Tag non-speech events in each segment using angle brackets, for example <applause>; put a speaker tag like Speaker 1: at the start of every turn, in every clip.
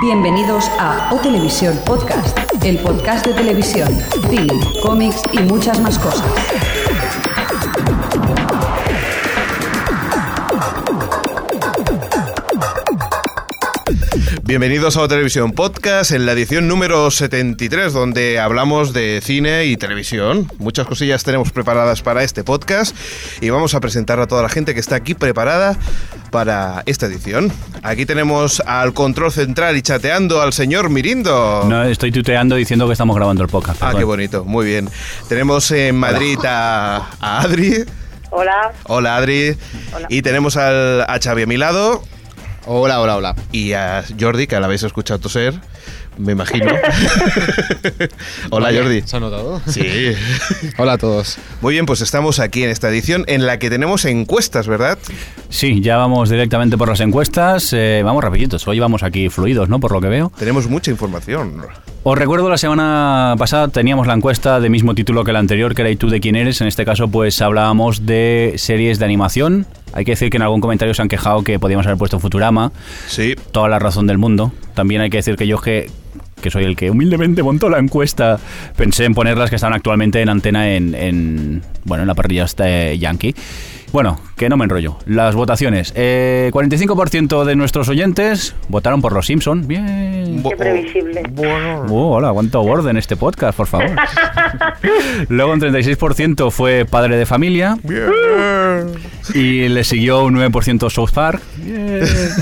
Speaker 1: Bienvenidos a O Televisión Podcast, el podcast de televisión, cine, cómics y muchas más cosas.
Speaker 2: Bienvenidos a O Televisión Podcast en la edición número 73, donde hablamos de cine y televisión. Muchas cosillas tenemos preparadas para este podcast y vamos a presentar a toda la gente que está aquí preparada para esta edición. Aquí tenemos al control central y chateando al señor Mirindo.
Speaker 3: No, estoy tuteando diciendo que estamos grabando el podcast.
Speaker 2: Ah,
Speaker 3: perdón.
Speaker 2: qué bonito, muy bien. Tenemos en Madrid a, a Adri.
Speaker 4: Hola,
Speaker 2: Hola Adri.
Speaker 4: Hola.
Speaker 2: Y tenemos al, a Xavi a mi lado
Speaker 5: Hola, hola, hola.
Speaker 2: y a Jordi, que la habéis escuchado toser, me
Speaker 5: <laughs>
Speaker 2: imagino. Hola Jordi.
Speaker 5: ¿Se
Speaker 3: <laughs>
Speaker 5: ha notado?
Speaker 2: Sí.
Speaker 5: Hola a
Speaker 3: ¿Eh?
Speaker 5: todos.
Speaker 2: Muy bien, pues estamos aquí en esta edición en la que tenemos encuestas, ¿verdad?
Speaker 3: Sí, ya vamos directamente por las encuestas. Eh, vamos rapiditos. Hoy vamos aquí fluidos, ¿no? Por lo que veo.
Speaker 2: Tenemos mucha información.
Speaker 3: Os recuerdo la semana pasada teníamos la encuesta de mismo título que la anterior, que era ¿Y tú de quién eres? En este caso, pues hablábamos de series de animación. Hay que decir que en algún comentario se han quejado que podíamos haber puesto Futurama.
Speaker 2: Sí.
Speaker 3: toda la razón del mundo. También hay que decir que yo es que, que soy el que humildemente montó la encuesta, pensé en poner las que están actualmente en antena en, en- bueno, en la parrilla este Yankee. Bueno, que no me enrollo. Las votaciones. Eh, 45% de nuestros oyentes votaron por los Simpson. Bien.
Speaker 2: Bo-
Speaker 4: previsible.
Speaker 2: Bueno.
Speaker 3: Oh, hola, cuánto gordo en este podcast, por favor. Luego un 36% fue Padre de Familia
Speaker 2: Bien.
Speaker 3: <laughs> y le siguió un 9% South Park. <laughs>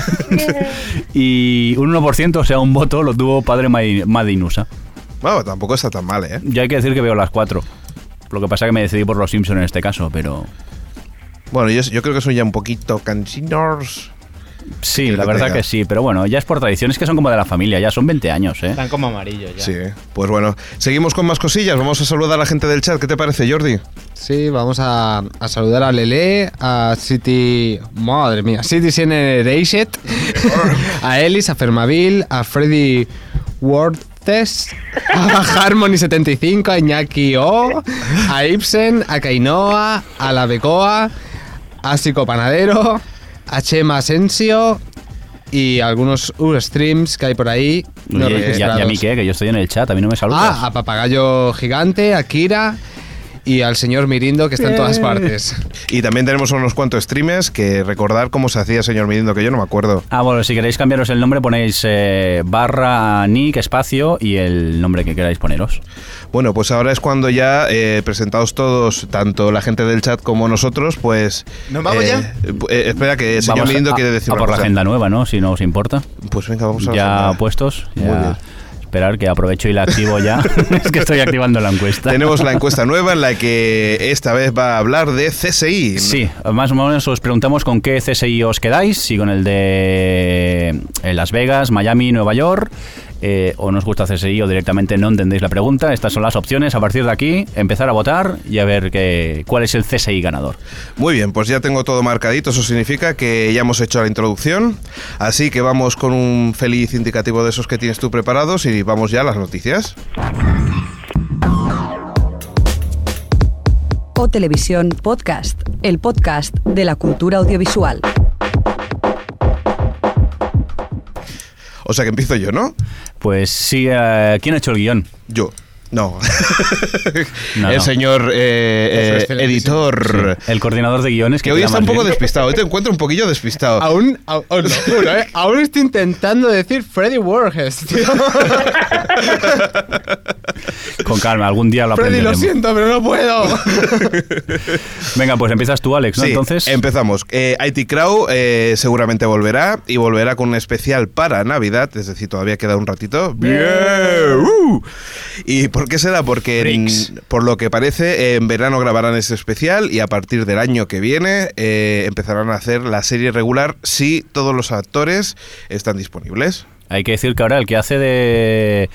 Speaker 3: Y un 1%, o sea, un voto lo tuvo padre Madi- Madinusa.
Speaker 2: Bueno, tampoco está tan mal, ¿eh?
Speaker 3: Ya hay que decir que veo las cuatro. Lo que pasa que me decidí por los Simpson en este caso, pero...
Speaker 2: Bueno, yo, yo creo que son ya un poquito cansinos.
Speaker 3: Sí,
Speaker 2: Que
Speaker 3: la
Speaker 2: te
Speaker 3: verdad
Speaker 2: tenga.
Speaker 3: que sí, pero bueno, ya es por tradiciones que son como de la familia, ya son 20 años, ¿eh?
Speaker 5: Están como amarillos ya.
Speaker 2: Sí, pues bueno, seguimos con más cosillas. Vamos a saludar a la gente del chat. ¿Qué te parece, Jordi?
Speaker 5: Sí, vamos a, a saludar a Lele, a City. Madre mía, City Generation,
Speaker 3: <laughs>
Speaker 5: a Ellis, a Fermaville, a Freddy Wortes, a Harmony75, a Iñaki O, a Ibsen, a Kainoa, a La Becoa, a Psicopanadero, a Chema Asensio y algunos streams que hay por ahí. no
Speaker 3: Oye, y, a, y a mí
Speaker 5: registrados.
Speaker 3: qué, que yo estoy en el chat, a mí no me saludas.
Speaker 5: Ah, a Papagayo Gigante, a Kira y al señor Mirindo que está en todas partes.
Speaker 2: Y también tenemos unos cuantos streamers que recordar cómo se hacía, señor Mirindo, que yo no me acuerdo.
Speaker 3: Ah, bueno, si queréis cambiaros el nombre ponéis eh, barra nick, espacio y el nombre que queráis poneros.
Speaker 2: Bueno, pues ahora es cuando ya eh, presentados todos, tanto la gente del chat como nosotros, pues.
Speaker 5: ¿Nos vamos
Speaker 2: eh,
Speaker 5: ya?
Speaker 2: eh, espera, que el señor
Speaker 3: Vamos
Speaker 2: Mirindo
Speaker 3: a-
Speaker 2: quiere decir
Speaker 3: a
Speaker 2: una
Speaker 3: por la
Speaker 2: cosa.
Speaker 3: agenda nueva, ¿no? Si no os importa.
Speaker 2: Pues venga, vamos a la
Speaker 3: ya
Speaker 2: agenda.
Speaker 3: puestos.
Speaker 2: Muy
Speaker 3: ya-
Speaker 2: bien.
Speaker 3: Esperar que aprovecho y la activo
Speaker 2: <laughs>
Speaker 3: ya. es que estoy activando la encuesta.
Speaker 2: Tenemos la encuesta nueva en la que esta vez va a hablar de CSI.
Speaker 3: Sí, más o menos os preguntamos con qué CSI os quedáis, si con el de eh, Las Vegas, Miami, Nueva York, eh, o no os gusta CSI o directamente no entendéis la pregunta. Estas son las opciones. A partir de aquí, empezar a votar y a ver qué- cuál es el CSI ganador.
Speaker 2: Muy bien, pues ya tengo todo marcadito. Eso significa que ya hemos hecho la introducción. Así que vamos con un feliz indicativo de esos que tienes tú preparados y vamos ya a las noticias.
Speaker 1: O Televisión Podcast, el podcast de la cultura audiovisual.
Speaker 2: O sea que empiezo yo, ¿no?
Speaker 3: Pues sí, eh, ¿quién ha hecho el guión?
Speaker 2: Yo. No.
Speaker 3: <laughs> No,
Speaker 2: el
Speaker 3: no.
Speaker 2: señor eh, eh,
Speaker 5: Eso es
Speaker 2: editor.
Speaker 3: El coordinador de guiones.
Speaker 2: Que hoy
Speaker 3: queda
Speaker 2: está un
Speaker 3: más
Speaker 2: poco
Speaker 3: bien.
Speaker 2: despistado. Hoy te encuentro un poquillo despistado.
Speaker 5: Aún, aún, os lo juro, ¿eh? aún estoy intentando decir Freddy Warges, tío.
Speaker 3: Con calma, algún día lo
Speaker 5: Freddy, lo
Speaker 3: aprenderemos.
Speaker 5: siento, pero no puedo.
Speaker 3: Venga, pues empiezas tú, Alex, ¿no?
Speaker 2: Sí,
Speaker 3: Entonces...
Speaker 2: empezamos. Eh, IT Crow eh, seguramente volverá y volverá con un especial para Navidad, es decir, todavía queda un ratito. ¡Bien! ¡Uh! ¿Y por qué será? Porque en-
Speaker 5: Freaks.
Speaker 2: por lo que parece en verano grabarán ese especial y a partir del año que viene eh, empezarán a hacer la serie regular si todos los actores están disponibles.
Speaker 3: Hay que decir que ahora el que hace de.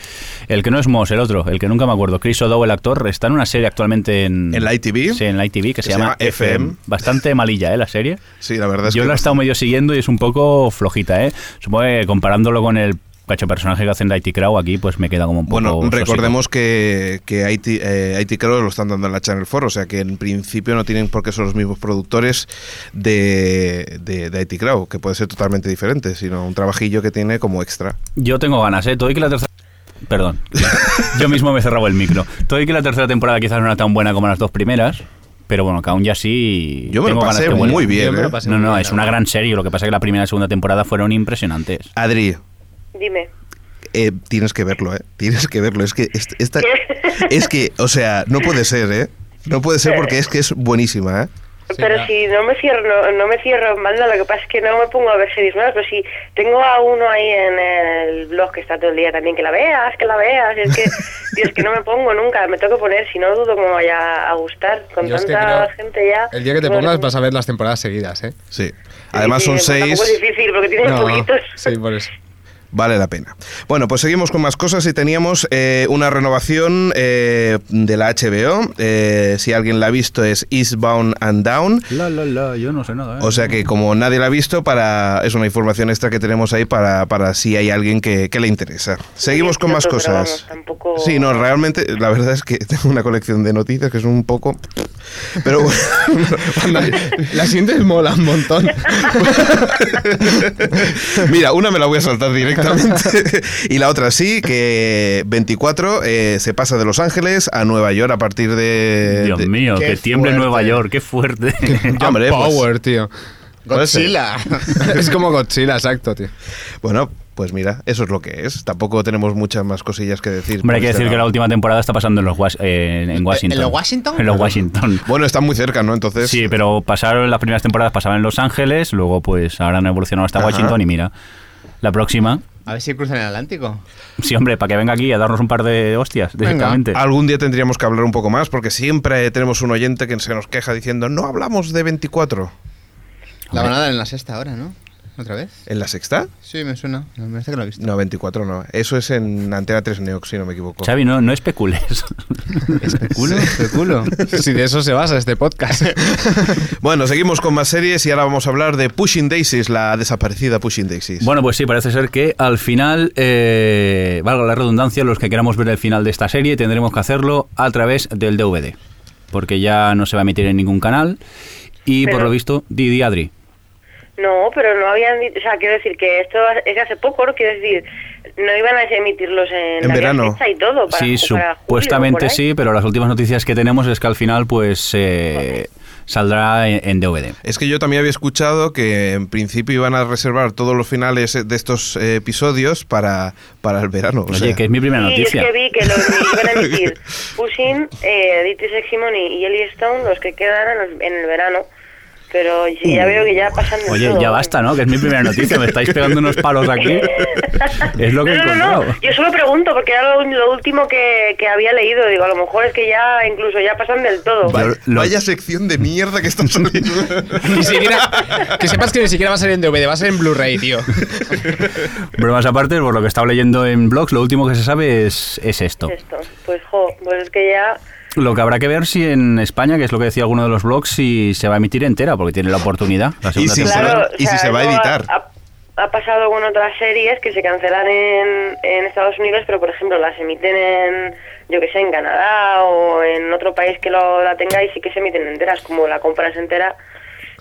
Speaker 3: El que no es Moss, el otro, el que nunca me acuerdo, Chris O'Dowell, el actor, está en una serie actualmente en.
Speaker 2: ¿En la ITV?
Speaker 3: Sí, en la ITV, que, se, llama, FM.
Speaker 2: FM.
Speaker 3: Bastante malilla, ¿eh? La serie.
Speaker 2: Sí, la verdad es
Speaker 3: Yo
Speaker 2: que
Speaker 3: la he estado medio siguiendo y es un poco flojita, ¿eh? Supongo que comparándolo con el cacho personaje que hacen de IT Crow aquí, pues me queda como un poco.
Speaker 2: Bueno,
Speaker 3: sosiego.
Speaker 2: recordemos que, que IT, eh, IT Crowd lo están dando en la Channel 4, o sea que en principio no tienen por qué ser los mismos productores de, de, de IT Crowd, que puede ser totalmente diferente, sino un trabajillo que tiene como extra.
Speaker 3: Yo tengo ganas, ¿eh? Todo y que la tercera. Perdón. <laughs> Yo mismo me cerraba el micro. Todo y que la tercera temporada quizás no era tan buena como las dos primeras. Pero bueno, que aún ya sí.
Speaker 2: Yo me lo
Speaker 3: tengo ganas
Speaker 2: pasé
Speaker 3: que vuelva.
Speaker 2: muy
Speaker 5: Yo
Speaker 2: bien.
Speaker 5: me lo
Speaker 2: ¿eh?
Speaker 5: pasé
Speaker 3: No,
Speaker 5: muy
Speaker 3: no,
Speaker 5: bien,
Speaker 3: es
Speaker 5: la
Speaker 3: una
Speaker 5: verdad.
Speaker 3: gran serie. Lo que pasa es que la primera y segunda temporada fueron impresionantes.
Speaker 2: Adri,
Speaker 4: Dime.
Speaker 2: eh, tienes que verlo, ¿eh? Tienes que verlo. Es que est- esta,
Speaker 4: <laughs>
Speaker 2: es que, o sea, no puede ser, ¿eh? No puede ser porque es que es buenísima, ¿eh?
Speaker 5: Sí,
Speaker 4: pero
Speaker 5: ya.
Speaker 4: si no me cierro, no, no me cierro en banda, lo que pasa es que no me pongo a ver series nuevas, pero si tengo a uno ahí en el blog que está todo el día también, que la veas, que la veas, es que, Dios, que no me pongo nunca, me tengo que poner, si no dudo que me vaya a gustar, con
Speaker 5: Yo es que
Speaker 4: tanta
Speaker 5: creo-
Speaker 4: gente ya.
Speaker 5: El día que te
Speaker 4: Bueno,
Speaker 5: pongas vas a ver las temporadas seguidas, ¿eh?
Speaker 2: Sí.
Speaker 4: sí,
Speaker 2: Además
Speaker 4: sí,
Speaker 2: son
Speaker 4: pues
Speaker 2: seis.
Speaker 4: Tampoco es difícil porque tiene Eh, poquitos.
Speaker 5: sí, por
Speaker 4: <laughs>
Speaker 5: eso.
Speaker 2: Vale la pena. Bueno, pues seguimos con más cosas y teníamos eh, una renovación eh, de la HBO. Eh, si alguien la ha visto es Eastbound and Down.
Speaker 3: La, la, la, yo no sé nada. ¿eh?
Speaker 2: O sea que como nadie la ha visto, para es una información extra que tenemos ahí para, para si hay alguien que, que le interesa.
Speaker 4: <laughs>
Speaker 2: Seguimos con más
Speaker 4: Pero vamos,
Speaker 2: cosas.
Speaker 4: tampoco-
Speaker 2: Sí, no, realmente la verdad es que <laughs> tengo una colección de noticias que es un poco... Pero bueno,
Speaker 5: Las siguientes molan
Speaker 4: <laughs>
Speaker 5: un montón.
Speaker 2: <laughs> Mira, una me la voy a saltar directamente <laughs> y la otra sí, que 24 eh, se pasa de Los Ángeles a Nueva York a partir de...
Speaker 3: Dios
Speaker 2: de-
Speaker 3: mío,
Speaker 6: qué
Speaker 3: que tiemble
Speaker 6: fuerte.
Speaker 3: Nueva York, qué fuerte.
Speaker 2: Hombre, pues,
Speaker 5: Power, tío.
Speaker 2: Puede ser.
Speaker 6: Godzilla.
Speaker 5: <laughs> es como Godzilla, exacto, tío.
Speaker 2: bueno, pues mira, eso es lo que es. Tampoco tenemos muchas más cosillas que decir.
Speaker 3: <laughs> Hombre, hay
Speaker 2: por
Speaker 3: que
Speaker 2: este
Speaker 3: decir que la
Speaker 2: lado.
Speaker 3: última temporada está pasando en, los, Was- eh, en- en Washington.
Speaker 6: los Washington?
Speaker 3: En los Washington.
Speaker 2: Bueno, están muy cerca, ¿no? Entonces...
Speaker 3: Sí, pero pasaron las primeras temporadas, pasaban en Los Ángeles, luego pues ahora han evolucionado hasta
Speaker 2: Ajá.
Speaker 3: Washington y mira, la próxima,
Speaker 6: A ver si cruzan el Atlántico.
Speaker 3: sí hombre, para que venga aquí a darnos un par de hostias directamente.
Speaker 2: Algún día tendríamos que hablar un poco más porque siempre tenemos un oyente que se nos queja diciendo no hablamos de 24.
Speaker 6: La van a dar en la sexta hora, ¿no? ¿Otra vez?
Speaker 2: ¿En la sexta?
Speaker 6: Sí, me suena. Me parece que lo he
Speaker 5: <laughs>
Speaker 6: visto.
Speaker 2: No, 24 no. Eso es en Antena 3 Neox, si no me equivoco.
Speaker 3: Xavi, no, no especules. <laughs>
Speaker 6: Especulo,
Speaker 5: <laughs>
Speaker 6: especulo.
Speaker 5: Si de eso se basa este <laughs> podcast.
Speaker 2: Bueno, seguimos con más series y ahora vamos a hablar de Pushing Daisies, la desaparecida Pushing Daisies.
Speaker 3: Bueno, pues sí, parece ser que al final, eh, valga la redundancia, los que queramos ver el final de esta serie tendremos que hacerlo a través del DVD, porque ya no se va a emitir en ningún canal y por
Speaker 4: Pero-
Speaker 3: lo visto, Didi Adri.
Speaker 4: No, pero no habían, di- o sea, quiero decir que esto es de hace poco, ¿no? quiero decir, no iban a emitirlos en,
Speaker 2: En
Speaker 4: aquella
Speaker 2: verano.
Speaker 4: fecha y todo. Para,
Speaker 3: Sí,
Speaker 4: para julio, por
Speaker 3: supuestamente
Speaker 4: ahí.
Speaker 3: sí, pero las últimas noticias que tenemos es que al final pues eh, saldrá en, en DVD.
Speaker 2: Es que yo también había escuchado que en principio iban a reservar todos los finales eh, de estos eh, episodios para, para el verano. o
Speaker 3: Oye,
Speaker 2: sea,
Speaker 3: que es mi primera
Speaker 4: Sí,
Speaker 3: noticia.
Speaker 4: es que vi que los iban a
Speaker 3: <laughs>
Speaker 4: emitir Pushing, eh, Ditty Seximony y Ellie Stone, los que quedan en, los- en el verano. Pero sí, ya veo que ya pasan de
Speaker 3: Oye,
Speaker 4: todo.
Speaker 3: ya basta,
Speaker 4: <laughs>
Speaker 3: ¿no? Que es mi primera noticia, me estáis pegando unos palos aquí. Es lo que he
Speaker 4: no, no,
Speaker 3: encontrado.
Speaker 4: no. Yo solo pregunto, porque era lo, lo último que, que había leído. Digo, a lo mejor es que ya incluso ya pasan del todo.
Speaker 2: va-
Speaker 3: Yo lo-
Speaker 2: Vaya sección de mierda que está
Speaker 3: <laughs>
Speaker 2: saliendo.
Speaker 5: Ni siquiera, que sepas que ni siquiera va a ser en DVD, va a ser en Blu-ray, tío.
Speaker 3: Bromas aparte, por lo que he estado leyendo en blogs, lo último que se sabe es, es esto.
Speaker 4: Esto. Pues, jo, pues es que ya.
Speaker 3: Lo que habrá que ver si en España, que es lo que decía alguno de los blogs, si se va a emitir entera, porque tiene la oportunidad.
Speaker 2: <laughs>
Speaker 3: La segunda
Speaker 2: si se
Speaker 3: temporada.
Speaker 2: va- y si se va a
Speaker 4: luego
Speaker 2: editar.
Speaker 4: Ha, ha pasado con otras series que se cancelan en, en Estados Unidos, pero por ejemplo las emiten en, yo que sé, en Canadá o en otro país que lo, la tenga y sí que se emiten enteras, como la compras entera.
Speaker 5: <laughs>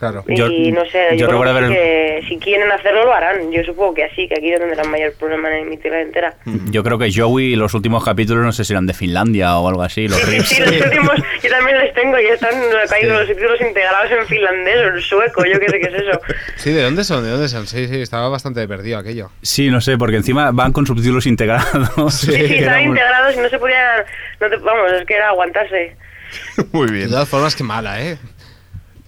Speaker 5: Claro.
Speaker 4: Y
Speaker 3: Yo-
Speaker 4: no sé,
Speaker 3: yo
Speaker 4: yo, creo
Speaker 3: recuerdo
Speaker 4: que,
Speaker 3: haber-
Speaker 4: sí que si quieren hacerlo lo harán. Yo supongo que así, que aquí no tendrán mayor problema en emitirla entera.
Speaker 3: Yo creo que Joey, los últimos capítulos, no sé si eran de Finlandia o algo así, los
Speaker 4: Sí,
Speaker 3: riffs.
Speaker 4: sí, los últimos, yo también les tengo, ya están ahí con los subtítulos integrados en finlandés o en sueco, yo qué sé qué es eso.
Speaker 5: Sí, ¿de dónde son? ¿De dónde son? Sí, sí, estaba bastante perdido aquello.
Speaker 3: Sí, no sé, porque encima van con subtítulos integrados.
Speaker 4: Sí, sí,
Speaker 3: Que era
Speaker 4: estaban
Speaker 3: un-
Speaker 4: integrados y no se podían, no te- vamos, es que era aguantarse.
Speaker 2: <laughs> Muy
Speaker 5: De
Speaker 2: bien.
Speaker 5: todas formas, qué mala, <laughs> ¿eh?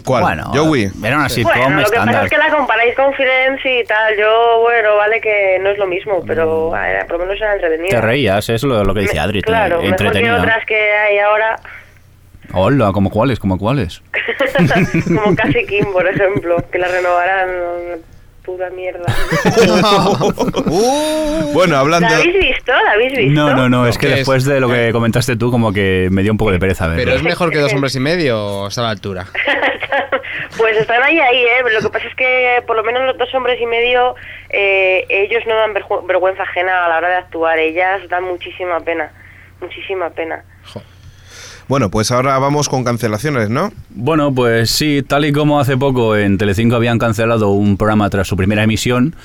Speaker 2: ¿Cuál?
Speaker 3: Bueno,
Speaker 2: Joey.
Speaker 3: <laughs> era una sitcom
Speaker 4: bueno, lo que pasa
Speaker 3: estándar.
Speaker 4: es que la comparáis con Firenze y tal, yo, bueno, vale que no es lo mismo, pero a ver, por lo menos era entretenida.
Speaker 3: Mm. Te reías, es lo, lo que dice
Speaker 4: Me-
Speaker 3: Adri, te-
Speaker 4: Claro, mejor que
Speaker 3: entretenida.
Speaker 4: otras que
Speaker 3: <laughs>
Speaker 4: hay ahora,
Speaker 3: Hola, ¿como cuáles? ¿Como cuáles?
Speaker 4: como Casi Kim, por ejemplo, que la renovarán, una puta
Speaker 3: <laughs>
Speaker 4: mierda.
Speaker 2: <laughs> Uh. bueno, hablando...
Speaker 4: ¿La habéis visto? ¿La habéis visto?
Speaker 3: No, no, no, es que
Speaker 5: ¿Qué es?
Speaker 3: después de lo que comentaste tú, como que me dio un poco de pereza verlo.
Speaker 5: Pero es mejor que dos hombres y medio o está a la altura.
Speaker 4: <laughs> Pues están ahí, ahí, ¿eh? Lo que pasa es que por lo menos los dos hombres y medio, eh, ellos no dan verju- vergüenza ajena a la hora de actuar, ellas dan muchísima pena, muchísima pena.
Speaker 2: Bueno, pues ahora vamos con cancelaciones, ¿no?
Speaker 3: <laughs> Bueno, pues sí, tal y como hace poco en Telecinco habían cancelado un programa tras su primera emisión,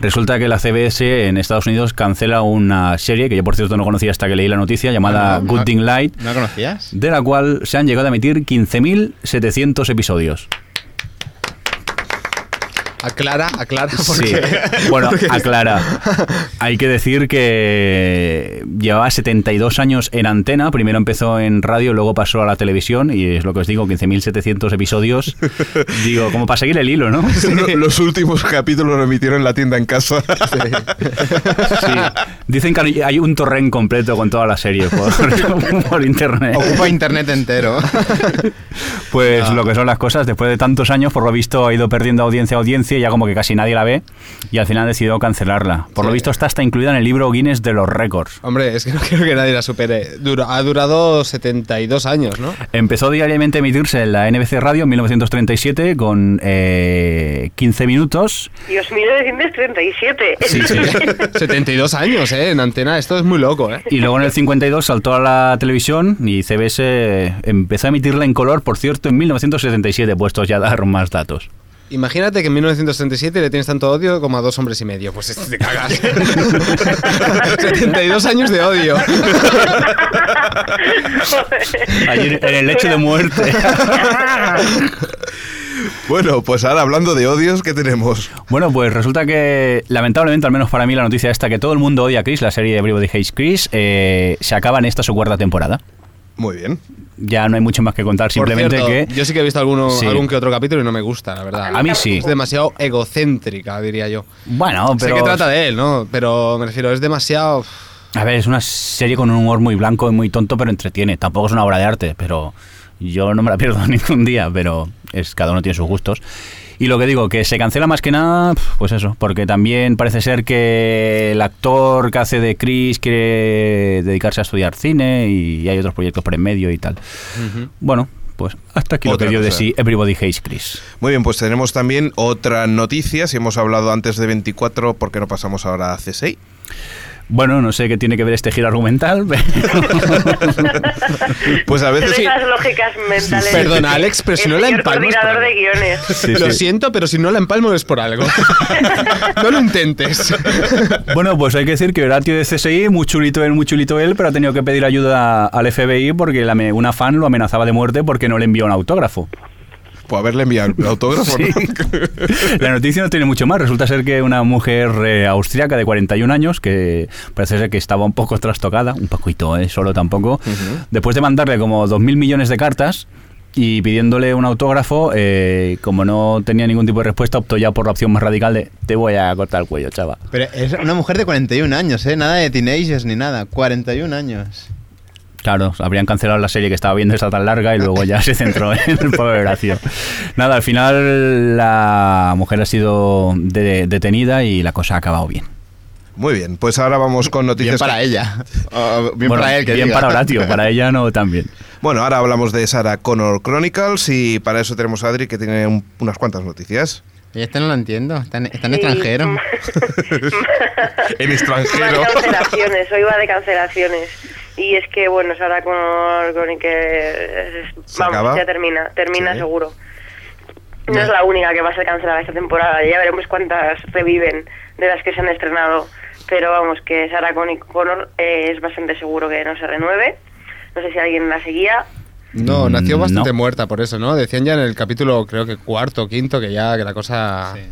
Speaker 3: resulta que la CBS en Estados Unidos cancela una serie que yo por cierto no conocía hasta que leí la noticia llamada
Speaker 6: Ah, no,
Speaker 3: Good
Speaker 6: no.
Speaker 3: Thing Light,
Speaker 6: ¿No la conocías?
Speaker 3: de la cual se han llegado a emitir 15.700 episodios.
Speaker 6: Aclara, aclara,
Speaker 3: Sí.
Speaker 6: porque...
Speaker 5: <laughs>
Speaker 3: Bueno,
Speaker 6: <laughs>
Speaker 3: aclara. Hay que decir que llevaba 72 años en antena. Primero empezó en radio, luego pasó a la televisión. Y es lo que os digo: 15.700
Speaker 6: <laughs>
Speaker 3: episodios. Digo, como para seguir el hilo, ¿no?
Speaker 2: Lo- <laughs> Los últimos capítulos lo emitieron en la tienda en casa. <laughs>
Speaker 3: Sí. Dicen que hay- hay un torrent completo con toda la serie por, <laughs> por internet.
Speaker 6: Ocupa internet entero.
Speaker 3: Pues
Speaker 6: Ah.
Speaker 3: lo que son las cosas, después de tantos años, por lo visto ha ido perdiendo audiencia a audiencia, y ya como que casi nadie la ve, y al final ha decidido cancelarla. Por lo
Speaker 6: Sí.
Speaker 3: visto está hasta incluida en el libro Guinness de los récords.
Speaker 5: <laughs> Hombre, es que no creo que nadie la supere. Dura- ha durado 72 años, ¿no?
Speaker 3: Empezó diariamente a emitirse en la NBC Radio en 1937 con eh, 15 minutos.
Speaker 4: Dios, 1937.
Speaker 3: Sí,
Speaker 4: <laughs>
Speaker 5: <laughs>
Speaker 3: sí.
Speaker 5: 72 años, ¿eh? En antena, esto es muy loco, ¿eh?
Speaker 3: Y luego en el 52 saltó a la televisión y CBS empezó a emitirla en color, por cierto, en 1977, puestos ya a dar más datos.
Speaker 5: Imagínate que en 1937 le tienes tanto odio como a dos hombres y medio. Pues es- te <laughs> cagas. 72 años de odio.
Speaker 3: Allí en el lecho de muerte.
Speaker 2: bueno, pues ahora hablando de odios, ¿qué tenemos?
Speaker 3: Bueno, pues resulta que, lamentablemente, al menos para mí, la noticia esta que todo el mundo odia a Chris, la serie de Everybody Hates Chris, eh, se acaba en esta su cuarta temporada.
Speaker 2: Muy bien.
Speaker 3: Ya no hay mucho más que contar, simplemente
Speaker 5: Por cierto,
Speaker 3: que.
Speaker 5: Yo sí que he visto alguno,
Speaker 3: Sí.
Speaker 5: algún que otro capítulo y no me gusta, la verdad.
Speaker 3: A mí sí.
Speaker 5: Es demasiado egocéntrica, diría yo.
Speaker 3: Bueno, pero.
Speaker 5: Sé que trata de él, ¿no? Pero me refiero, es demasiado.
Speaker 3: A ver, es una serie con un humor muy blanco y muy tonto, pero entretiene. Tampoco es una obra de arte, pero yo no me la pierdo <laughs> ningún día, pero es cada uno tiene sus gustos. Y lo que digo, que se cancela más que nada, pf, pues eso, porque también parece ser que el actor que hace de Chris quiere dedicarse a estudiar cine y hay otros proyectos por en medio y tal. Bueno, pues hasta aquí
Speaker 2: Otra
Speaker 3: lo que dio de
Speaker 2: cosa.
Speaker 3: sí Everybody Hates Chris.
Speaker 2: Muy bien, pues tenemos también otra noticia. Si hemos hablado antes de 24, ¿por qué no pasamos ahora a C6?
Speaker 3: Bueno, no sé qué tiene que ver este giro argumental, <laughs> pero...
Speaker 2: Pues a veces
Speaker 4: Son
Speaker 2: sí.
Speaker 4: esas lógicas mentales.
Speaker 5: Perdona, Alex, pero si
Speaker 4: El
Speaker 5: no la
Speaker 4: señor
Speaker 5: empalmas,
Speaker 4: coordinador
Speaker 5: perdona.
Speaker 4: de guiones.
Speaker 3: Sí,
Speaker 5: lo
Speaker 3: sí.
Speaker 5: siento, pero si no la empalmo es
Speaker 6: <laughs>
Speaker 5: por algo. no lo intentes.
Speaker 3: Bueno, pues hay que decir que Horatio de CSI, muy chulito él, muy chulito él, pero ha tenido que pedir ayuda al FBI porque la me- una fan lo amenazaba de muerte porque no le envió un autógrafo.
Speaker 2: Por Pues haberle enviado el autógrafo.
Speaker 6: <laughs>
Speaker 2: ¿no?
Speaker 3: La noticia no tiene mucho más. Resulta ser que una mujer eh, austriaca de 41 años, que parece ser que estaba un poco trastocada, un poquito, eh, solo tampoco, después de mandarle como 2.000 millones de cartas y pidiéndole un autógrafo, eh, como no tenía ningún tipo de respuesta, optó ya por la opción más radical de te voy a cortar el cuello, chava.
Speaker 6: Pero es una mujer de 41 años, ¿eh? Nada de teenagers ni nada. 41 años.
Speaker 3: Claro, habrían cancelado la serie que estaba viendo esta tan larga y luego ya <laughs> se centró en el pobre Horacio. Nada, al final la mujer ha sido de- detenida y la cosa ha acabado bien.
Speaker 2: Muy bien, pues ahora vamos con
Speaker 6: Bien
Speaker 2: noticias.
Speaker 6: para ella.
Speaker 5: Ah,
Speaker 6: O bien
Speaker 3: Bueno,
Speaker 6: para él, que
Speaker 3: bien
Speaker 6: diga.
Speaker 3: para Horatio,
Speaker 5: <laughs>
Speaker 3: para ella no también.
Speaker 2: Bueno, ahora hablamos de Sarah Connor Chronicles y para eso tenemos a Adri que tiene un- unas cuantas noticias.
Speaker 6: Y este no lo entiendo. Está en, está en
Speaker 4: Sí.
Speaker 6: extranjero.
Speaker 2: El
Speaker 4: Más
Speaker 2: extranjero.
Speaker 4: cancelaciones, hoy va de cancelaciones. Y es que, bueno, Sara con, con que.
Speaker 2: ¿Se
Speaker 4: Vamos,
Speaker 2: acaba?
Speaker 4: ya termina, termina
Speaker 2: Sí.
Speaker 4: seguro. No es la única que va a ser cancelada esta temporada, ya veremos cuántas reviven de las que se han estrenado. Pero vamos, que Sara con Connor eh, es bastante seguro que no se renueve. No sé si alguien la seguía.
Speaker 5: No,
Speaker 3: Mm,
Speaker 5: nació bastante
Speaker 3: no.
Speaker 5: muerta por eso, ¿no? Decían ya en el capítulo, creo que cuarto o quinto, que ya que la cosa
Speaker 6: Sí.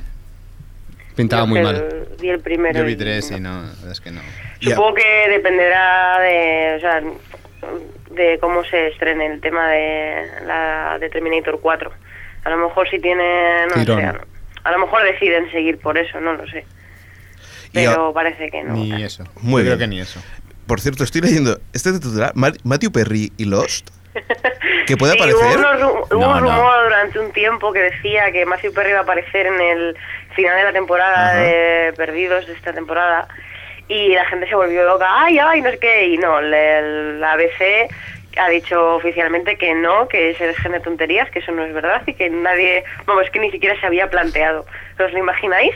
Speaker 5: pintaba
Speaker 4: Yo
Speaker 5: muy
Speaker 4: que
Speaker 5: mal.
Speaker 4: el- Vi el primero.
Speaker 6: Yo vi
Speaker 4: y-
Speaker 6: tres y no, es que no.
Speaker 2: Ya.
Speaker 4: Supongo que dependerá de, o sea, de cómo se estrene el tema de, la, de Terminator 4. A lo mejor si tienen... no
Speaker 5: Tirón.
Speaker 4: sé, a- a lo mejor deciden seguir por eso, no lo sé.
Speaker 2: Y a-
Speaker 4: Pero parece que no.
Speaker 6: Ni eso.
Speaker 2: Muy bien.
Speaker 6: Yo creo que ni eso.
Speaker 2: Por cierto, estoy leyendo este titular, Ma- Matthew Perry y Lost, que puede
Speaker 4: Sí,
Speaker 2: aparecer.
Speaker 4: Hubo, unos ru- hubo
Speaker 3: No,
Speaker 4: un
Speaker 3: no.
Speaker 4: rumor durante un tiempo que decía que Matthew Perry iba a aparecer en el final de la temporada
Speaker 2: Ajá.
Speaker 4: de Perdidos de esta temporada y la gente se volvió loca, ay, ay, no sé qué, y no, el, el ABC ha dicho oficialmente que no, que se dejen de tonterías, que eso no es verdad y que nadie, vamos, que ni siquiera se había planteado. ¿Os lo imagináis?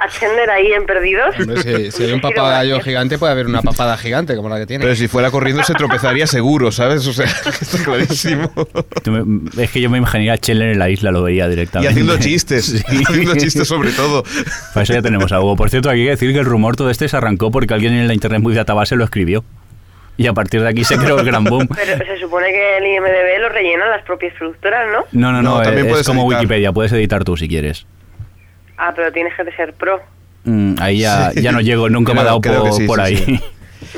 Speaker 4: A Chandler ahí en Perdidos.
Speaker 5: Hombre, si, si
Speaker 4: <laughs>
Speaker 5: hay un papagayo gigante, puede haber una papada gigante como la que tiene.
Speaker 2: Pero
Speaker 6: Pues,
Speaker 2: si fuera corriendo se tropezaría seguro, ¿sabes? O sea, <laughs> está clarísimo.
Speaker 3: Tú me- es que yo me imaginaría a Chandler en la isla, lo veía
Speaker 2: Y
Speaker 3: directamente.
Speaker 2: haciendo
Speaker 6: <laughs>
Speaker 2: chistes,
Speaker 3: <laughs> Sí.
Speaker 2: haciendo chistes sobre todo.
Speaker 3: Para eso ya tenemos a Hugo. Por cierto, aquí hay que decir que el rumor todo este se arrancó porque alguien en la internet muy database lo escribió. Y a partir de aquí se creó el
Speaker 2: <laughs>
Speaker 3: gran boom.
Speaker 4: Pero se supone que el IMDB lo rellenan las propias productoras, ¿no?
Speaker 3: No, no, no,
Speaker 2: No, también
Speaker 3: eh, es,
Speaker 2: puedes
Speaker 3: como
Speaker 2: editar.
Speaker 3: Wikipedia, puedes editar tú si quieres.
Speaker 4: Ah, pero tienes que ser pro.
Speaker 3: Mm, ahí ya,
Speaker 2: Sí.
Speaker 3: ya
Speaker 2: <laughs>
Speaker 3: no llego, nunca me ha
Speaker 2: Creo-
Speaker 3: dado
Speaker 2: creo
Speaker 3: por,
Speaker 2: que sí,
Speaker 3: por
Speaker 2: sí,
Speaker 3: ahí.
Speaker 2: sí.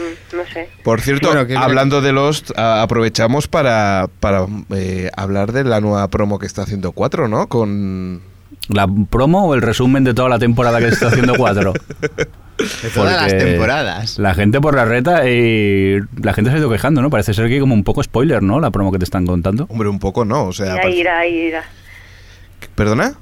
Speaker 4: Mm, no sé.
Speaker 2: Por cierto,
Speaker 5: Bueno, que-
Speaker 2: hablando de Lost, a- aprovechamos para, para eh, hablar de la nueva promo que está haciendo 4, ¿no? Con...
Speaker 3: <laughs> ¿La promo o el resumen de toda la temporada que se está haciendo
Speaker 2: <laughs>
Speaker 3: cuatro?
Speaker 6: De todas las
Speaker 3: Porque
Speaker 6: temporadas.
Speaker 3: La gente por la reta y la gente se ha ido quejando, ¿no? Parece ser que como un poco spoiler, ¿no? La promo que te están contando.
Speaker 2: Hombre, un poco no, o sea...
Speaker 4: Que hay
Speaker 2: parece-
Speaker 4: ira, hay ira.
Speaker 2: ¿Perdona?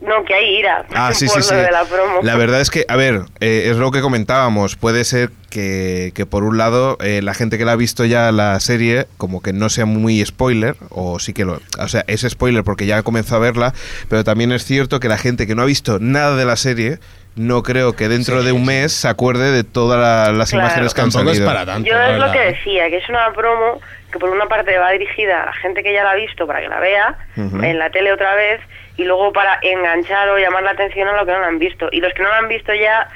Speaker 4: No, que hay ira. <laughs>
Speaker 2: Ah, sí, sí,
Speaker 4: por
Speaker 2: sí.
Speaker 4: lo de la promo.
Speaker 2: verdad es que, a ver, eh, es lo que comentábamos. Puede ser que, que por un lado, eh, la gente que la ha visto ya la serie, como que no sea muy spoiler, o sí que lo. O sea, es spoiler porque ya comenzó a verla, pero también es cierto que la gente que no ha visto nada de la serie. No creo que dentro de un mes se acuerde de todas la- las
Speaker 4: Claro.
Speaker 2: imágenes que han
Speaker 5: Tampoco es
Speaker 2: salido.
Speaker 5: para tanto.
Speaker 4: Yo
Speaker 5: la
Speaker 4: es lo
Speaker 5: verdad.
Speaker 2: ¿eh?
Speaker 4: que decía, que es una promo que por una parte va dirigida a la gente que ya la ha visto para que la vea
Speaker 2: Ujú.
Speaker 4: en la tele otra vez y luego para enganchar o llamar la atención a los que no la han visto. Y los que no la han visto ya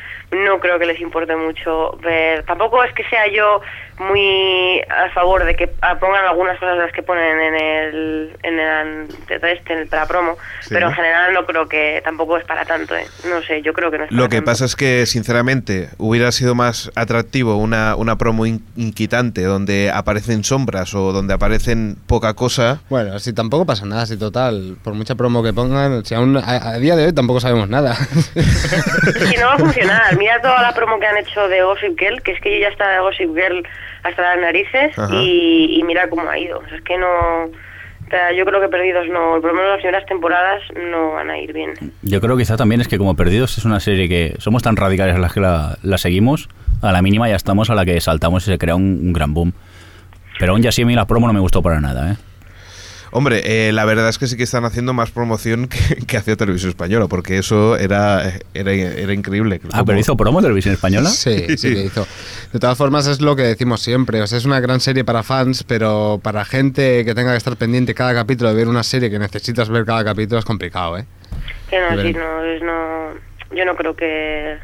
Speaker 4: no creo que les importe mucho ver. Tampoco es que sea yo muy a favor de que ah, pongan algunas cosas de las que ponen en el en el, ante- este, en el- para promo,
Speaker 2: Sí.
Speaker 4: pero en general no creo que tampoco es para tanto. ¿eh? No sé, yo creo que no es
Speaker 2: Lo
Speaker 4: para
Speaker 2: que
Speaker 4: tanto.
Speaker 2: pasa es que, sinceramente, hubiera sido más atractivo una, una promo in- inquietante donde aparecen sombras o donde aparecen poca cosa.
Speaker 5: Bueno, si tampoco pasa nada, si total, por mucha promo que pongan, si aún a, a día de hoy tampoco
Speaker 4: <laughs>
Speaker 5: sabemos nada.
Speaker 4: que no va a funcionar. Mira toda la promo que han hecho de Gossip Girl, que es que yo ya estaba de Gossip Girl hasta las narices
Speaker 2: Ajá.
Speaker 4: y, y mira cómo ha ido. O sea, es que no... o sea, Yo creo que perdidos no, por lo menos las primeras temporadas no van a ir bien.
Speaker 3: Yo creo que quizá también es que como Perdidos es una serie que somos tan radicales las que la, la seguimos, a la mínima ya estamos a la que saltamos y se crea un, un gran boom. Pero aún ya así a mí la promo no me gustó para nada, ¿eh?
Speaker 2: Hombre, eh, la verdad es que sí que están haciendo más promoción que, <laughs> que hacía Televisión Española, porque eso era, era, era increíble.
Speaker 3: Ah, pero
Speaker 2: Como-
Speaker 3: hizo promo televisión española.
Speaker 5: Sí, sí que hizo. De todas formas, es lo que decimos siempre. O sea, es una gran serie para fans, pero para gente que tenga que estar pendiente cada capítulo de ver una serie que necesitas ver cada capítulo es complicado, ¿eh?
Speaker 4: Que no, sí,
Speaker 5: Veremos.
Speaker 4: no, es no, yo no creo que,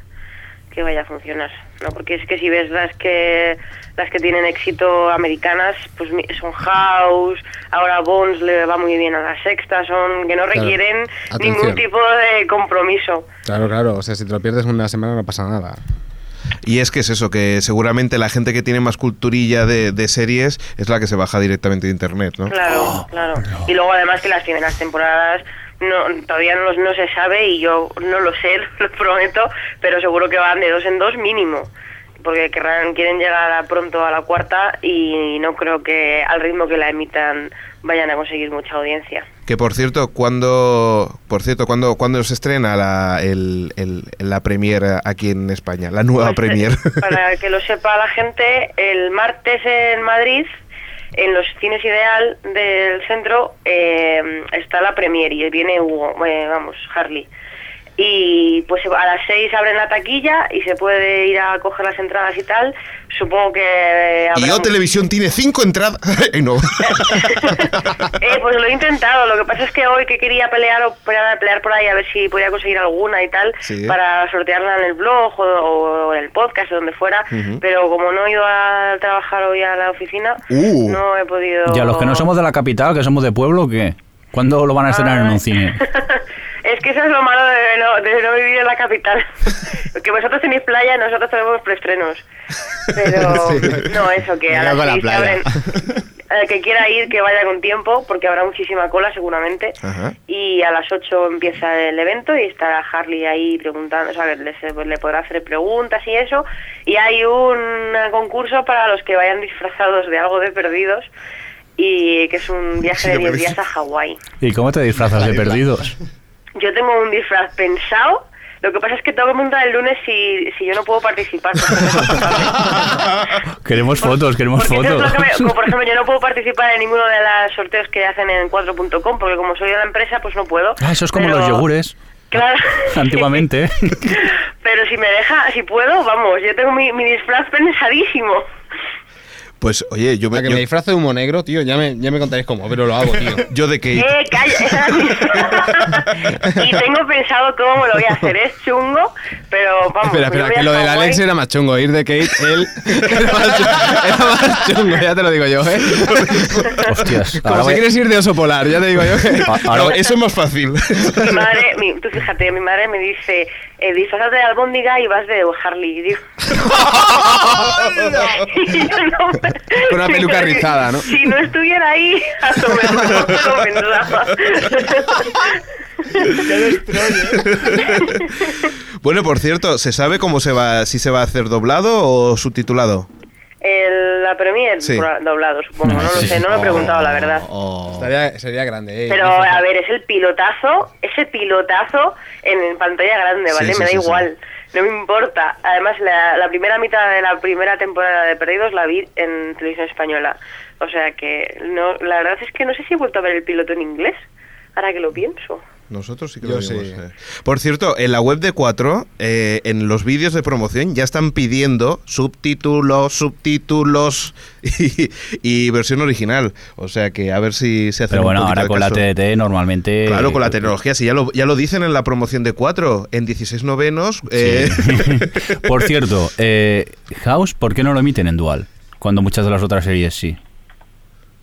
Speaker 4: que vaya a funcionar. No, porque es que si ves las que las que tienen éxito americanas, pues mi- son House, ahora Bones le va muy bien a la sexta, son que no
Speaker 5: Claro.
Speaker 4: requieren
Speaker 5: Atención.
Speaker 4: ningún tipo de compromiso.
Speaker 5: Claro, claro. O sea, si te lo pierdes una semana no pasa nada.
Speaker 2: Y es que es eso, que seguramente la gente que tiene más culturilla de, de series es la que se baja directamente de internet, ¿no?
Speaker 4: Claro, claro. Y luego además que las primeras temporadas no, todavía no, no se sabe y yo no lo sé, <laughs> lo prometo, pero seguro que van de dos en dos mínimo. Porque querrán, quieren llegar a- pronto a la cuarta y no creo que al ritmo que la emitan vayan a conseguir mucha audiencia.
Speaker 2: Que por cierto, cuando por cierto, cuando, cuando se estrena la, el, el- la premiere aquí en España, la nueva
Speaker 4: Pues,
Speaker 2: premier. <laughs>
Speaker 4: eh, Para que lo sepa la gente, el martes en Madrid, en los cines ideal del centro, eh, está la premier y viene Hugo, eh, vamos, Harley. Y pues a las 6 abren la taquilla y se puede ir a coger las entradas y tal. Supongo que... eh,
Speaker 2: <laughs> y
Speaker 4: habrá
Speaker 2: yo
Speaker 4: mu-
Speaker 2: Televisión tiene cinco entradas. <laughs> Ay,
Speaker 4: <laughs>
Speaker 2: no.
Speaker 4: Eh, pues lo he intentado. Lo que pasa es que hoy que quería pelear o pelear, pelear por ahí a ver si podía conseguir alguna y tal
Speaker 2: Sí.
Speaker 4: para sortearla en el blog o, o en el podcast o donde fuera.
Speaker 2: Ujú.
Speaker 4: Pero como no he ido a trabajar hoy a la oficina,
Speaker 2: Uh.
Speaker 4: no he podido.
Speaker 3: Y a los que no somos de la capital, que somos de pueblo, ¿qué? ¿Cuándo lo van a estrenar en un
Speaker 4: <laughs>
Speaker 3: cine?
Speaker 4: Ah. es que eso es lo malo de no, de no vivir en la capital. <laughs> que vosotros tenéis playa y nosotros tenemos preestrenos.
Speaker 2: <laughs>
Speaker 4: Pero no, eso, que a
Speaker 6: Cuidado con
Speaker 4: las
Speaker 6: la
Speaker 4: seis
Speaker 6: playa.
Speaker 4: abren. El que quiera ir, que vaya con tiempo, porque habrá muchísima cola seguramente.
Speaker 2: Ajá.
Speaker 4: Y a las 8 empieza el evento y estará Harley ahí preguntando, o sea, le, se- le podrá hacer preguntas y eso. Y hay un eh, concurso para los que vayan disfrazados de algo de perdidos y que
Speaker 3: <laughs>
Speaker 4: es un viaje de 10 días a Hawái. <laughs>
Speaker 3: ¿Y cómo te disfrazas de perdidos?
Speaker 4: Yo tengo un disfraz pensado. Lo que pasa es que tengo que montar el lunes si, si yo no puedo
Speaker 3: <laughs>
Speaker 4: participar. porque no soy capaz.
Speaker 3: Queremos fotos, queremos
Speaker 4: Porque eso es
Speaker 3: fotos.
Speaker 4: lo que me- como por ejemplo, yo no puedo participar en ninguno de los sorteos que hacen en 4.com, porque como soy de la empresa, pues no puedo.
Speaker 3: <laughs> Ah, eso es como
Speaker 4: Pero-
Speaker 3: los yogures.
Speaker 4: Claro.
Speaker 3: <laughs>
Speaker 4: <laughs>
Speaker 3: Antiguamente. <laughs>
Speaker 4: Pero si me deja, si puedo, vamos, yo tengo mi, mi disfraz pensadísimo.
Speaker 2: Pues oye, yo
Speaker 5: Para
Speaker 2: me,
Speaker 5: que
Speaker 2: yo,
Speaker 5: me disfrace de humo negro, tío, ya me, ya me contaréis cómo, pero lo hago, tío.
Speaker 2: yo de Kate.
Speaker 4: ¡Eh, calla! Esa era
Speaker 5: <laughs>
Speaker 4: mi- <laughs> y tengo pensado cómo lo voy a hacer, es chungo, pero
Speaker 5: <laughs>
Speaker 4: vamos.
Speaker 5: espera,
Speaker 4: yo voy
Speaker 5: espera,
Speaker 4: a
Speaker 5: que lo del
Speaker 4: estar
Speaker 5: Alex
Speaker 4: guay.
Speaker 5: era más chungo. Ir de Kate, él <laughs> era más chungo, era más chungo, ya te lo digo yo, ¿eh?
Speaker 4: <laughs>
Speaker 3: Hostias.
Speaker 5: Como
Speaker 3: ahora
Speaker 5: si
Speaker 3: voy-
Speaker 5: quieres ir de oso polar, ya te digo yo.
Speaker 3: <laughs>
Speaker 5: que-
Speaker 3: a- ahora
Speaker 2: No,
Speaker 3: voy-
Speaker 2: eso es más fácil. <laughs>
Speaker 4: Mi madre, mi- tú fíjate, mi madre me dice, eh, disfrazate de albóndiga y vas de Harley. Y
Speaker 5: <laughs>
Speaker 4: digo, <laughs> Y yo no me-
Speaker 5: Con una peluca rizada, ¿no?
Speaker 4: Si no estuviera ahí, a lo mejor no lo pensaba.
Speaker 5: <laughs>
Speaker 2: bueno, por cierto, ¿se sabe cómo se va, si se va a hacer doblado o subtitulado?
Speaker 4: El- la premier
Speaker 2: Sí.
Speaker 4: pro- doblado, supongo, no,
Speaker 3: No,
Speaker 4: lo
Speaker 3: sí. Oh,
Speaker 4: sé, no lo he preguntado, la verdad.
Speaker 3: Ah.
Speaker 5: Estaría- sería grande, eh.
Speaker 4: Pero a ver, es el pilotazo, ese pilotazo en, en pantalla grande, ¿vale?
Speaker 2: sí,
Speaker 4: me da
Speaker 2: sí, sí.
Speaker 4: igual, no me importa. Además, la, la primera mitad de la primera temporada de Perdidos la vi en televisión española. O sea que no, la verdad es que no sé si he vuelto a ver el piloto en inglés, ahora que lo pienso.
Speaker 2: Nosotros sí que
Speaker 5: Yo
Speaker 2: lo vimos,
Speaker 5: sí.
Speaker 2: eh. Por cierto, en la web de 4, eh, en los vídeos de promoción, ya están pidiendo subtítulos, subtítulos <laughs> y, y versión original. O sea que a ver si se hace.
Speaker 3: Pero
Speaker 2: un
Speaker 3: bueno,
Speaker 2: poquito
Speaker 3: ahora
Speaker 2: de
Speaker 3: con la
Speaker 2: caso.
Speaker 3: TDT normalmente.
Speaker 2: Claro, con la tecnología, sí, ya lo, ya lo dicen en la promoción de 4, en 16 novenos.
Speaker 3: <laughs>
Speaker 2: eh, <laughs>
Speaker 3: Sí. Por cierto, eh, House, ¿por qué no lo emiten en dual? Cuando muchas de las otras series sí.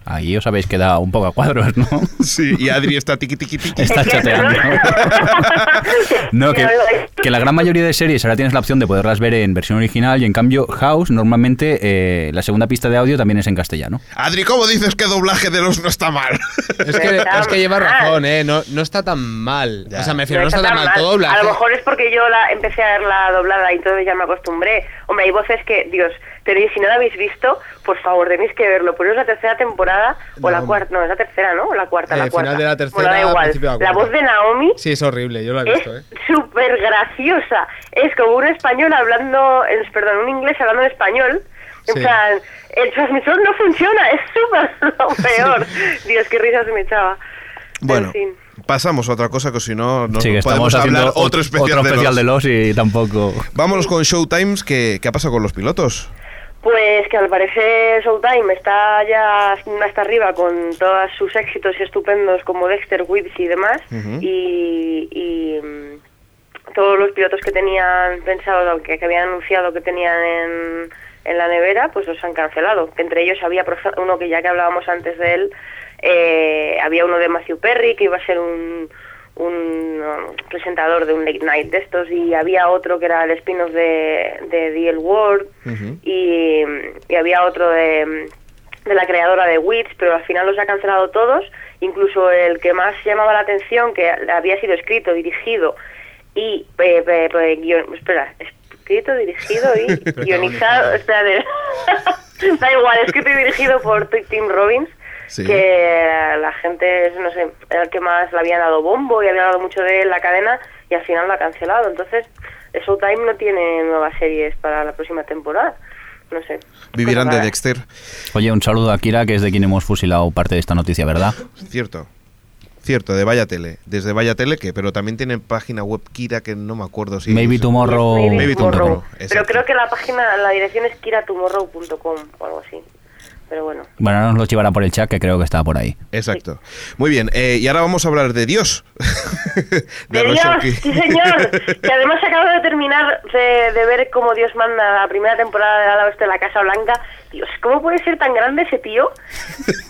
Speaker 3: Ahí os habéis quedado un poco a cuadros,
Speaker 4: <laughs>
Speaker 3: ¿no?
Speaker 2: sí, y Adri está tiqui tiqui tiqui.
Speaker 3: Está chateando. <laughs>
Speaker 4: <laughs>
Speaker 3: No, que,
Speaker 4: Ya ves.
Speaker 3: que la gran mayoría de series ahora tienes la opción de poderlas ver en versión original y en cambio House normalmente eh, la segunda pista de audio también es en castellano.
Speaker 2: Adri, ¿cómo dices que doblaje de los no está mal? <laughs>
Speaker 5: Es que, es que lleva razón, eh. No, no está tan mal.
Speaker 2: Ya.
Speaker 5: O sea, me refiero, no está tan mal. Todo doblaje.
Speaker 4: A lo mejor es porque yo la empecé a verla doblada y entonces ya me acostumbré. Hombre, hay voces que, Dios, tenéis, si no la habéis visto, por favor, tenéis que verlo. Poneros la tercera temporada o la
Speaker 5: No.
Speaker 4: cuarta, no, es la tercera, ¿no? O la cuarta,
Speaker 5: Eh,
Speaker 4: la
Speaker 5: final
Speaker 4: cuarta.
Speaker 5: de la tercera,
Speaker 4: Bueno, da igual.
Speaker 5: principio de la
Speaker 4: La
Speaker 5: cuarta.
Speaker 4: voz de Naomi
Speaker 5: Sí, es horrible, yo lo he
Speaker 4: es
Speaker 5: visto, eh.
Speaker 4: súper graciosa. Es como un español hablando, es- perdón, un inglés hablando en español. En
Speaker 5: Sí.
Speaker 4: plan, el transmisor no funciona, es súper
Speaker 5: <laughs>
Speaker 4: lo peor. Dios, qué risas me echaba. En
Speaker 2: Bueno,
Speaker 4: fin.
Speaker 2: pasamos a otra cosa que si no, no
Speaker 3: sí, que
Speaker 2: podemos
Speaker 3: estamos haciendo
Speaker 2: hablar
Speaker 3: ot-
Speaker 2: otro especial, de los-
Speaker 3: de, los. y tampoco.
Speaker 2: Vámonos con Showtimes, que, ¿qué ha pasado con los pilotos?
Speaker 4: Pues que al parecer Showtime está ya hasta arriba con todos sus éxitos estupendos como Dexter, Whips y demás.
Speaker 2: Ujú.
Speaker 4: Y, y, mm, todos los pilotos que tenían pensado, que, que habían anunciado que tenían en, en la nevera, pues los han cancelado. Que entre ellos había por ej- uno que ya que hablábamos antes de él, eh, había uno de Matthew Perry que iba a ser un un um, presentador de un late night de estos y había otro que era el spin-off de, de DL World
Speaker 2: Ujú.
Speaker 4: y, y había otro de, de la creadora de Wits, pero al final los ha cancelado todos, incluso el que más llamaba la atención, que había sido escrito, dirigido y eh, pe- pe- guion- espera, escrito, dirigido
Speaker 2: <laughs>
Speaker 4: y guionizado, espera, <laughs> da igual, escrito y dirigido por Tim Robbins.
Speaker 2: Sí.
Speaker 4: que la gente, no sé, era el que más le habían dado bombo y había dado mucho de él la cadena y al final lo ha cancelado. Entonces, Showtime no tiene nuevas series para la próxima temporada. No sé.
Speaker 2: Vivirán de
Speaker 4: Cosa rara.
Speaker 2: Dexter.
Speaker 3: Oye, un saludo a Kira, que es de quien hemos fusilado parte de esta noticia, ¿verdad?
Speaker 2: Cierto. Cierto, de Vaya Tele. Desde Vaya Tele, que, pero también tienen página web Kira que no me acuerdo si.
Speaker 3: Maybe tomorrow.
Speaker 2: Maybe tomorrow.
Speaker 4: Pero
Speaker 2: exacto.
Speaker 4: creo que la página, la dirección es kiratomorrow.com o algo así. Pero bueno.
Speaker 3: Bueno, ahora nos lo chivará por el chat, que creo que está por ahí.
Speaker 2: Exacto. Muy bien, eh, y ahora vamos a hablar de Dios. <laughs>
Speaker 4: ¡De
Speaker 2: Roshoki.
Speaker 4: Dios! ¡Sí, señor! que además acabo de terminar de, de ver cómo Dios manda la primera temporada de la oeste de la Casa Blanca. Dios, ¿cómo puede ser tan grande ese tío?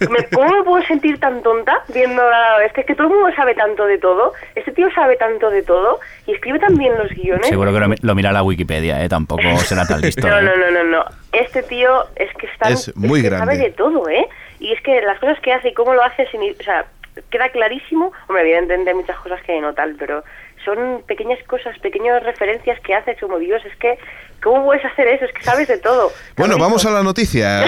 Speaker 4: Me- ¿Cómo me puedo sentir tan tonta viendo la oeste? Es que todo el mundo sabe tanto de todo. Este tío sabe tanto de todo y escribe tan bien los guiones.
Speaker 3: Seguro que lo, mi- lo mira la Wikipedia, ¿eh? Tampoco será
Speaker 4: <laughs>
Speaker 3: tan listo.
Speaker 4: No,
Speaker 3: ¿eh?
Speaker 4: no, no, no, no. Este tío es que está
Speaker 2: Es muy
Speaker 4: que
Speaker 2: grande.
Speaker 4: sabe de todo, ¿eh? Y es que las cosas que hace y cómo lo hace sin, o sea, queda clarísimo. Hombre, evidentemente hay muchas cosas que no tal, pero son pequeñas cosas, pequeñas referencias que haces como Dios, es que, ¿cómo puedes hacer eso? Es que sabes de todo.
Speaker 2: <laughs> Bueno,
Speaker 4: Cabrito.
Speaker 2: vamos a la <laughs>
Speaker 4: <laughs>
Speaker 2: noticia.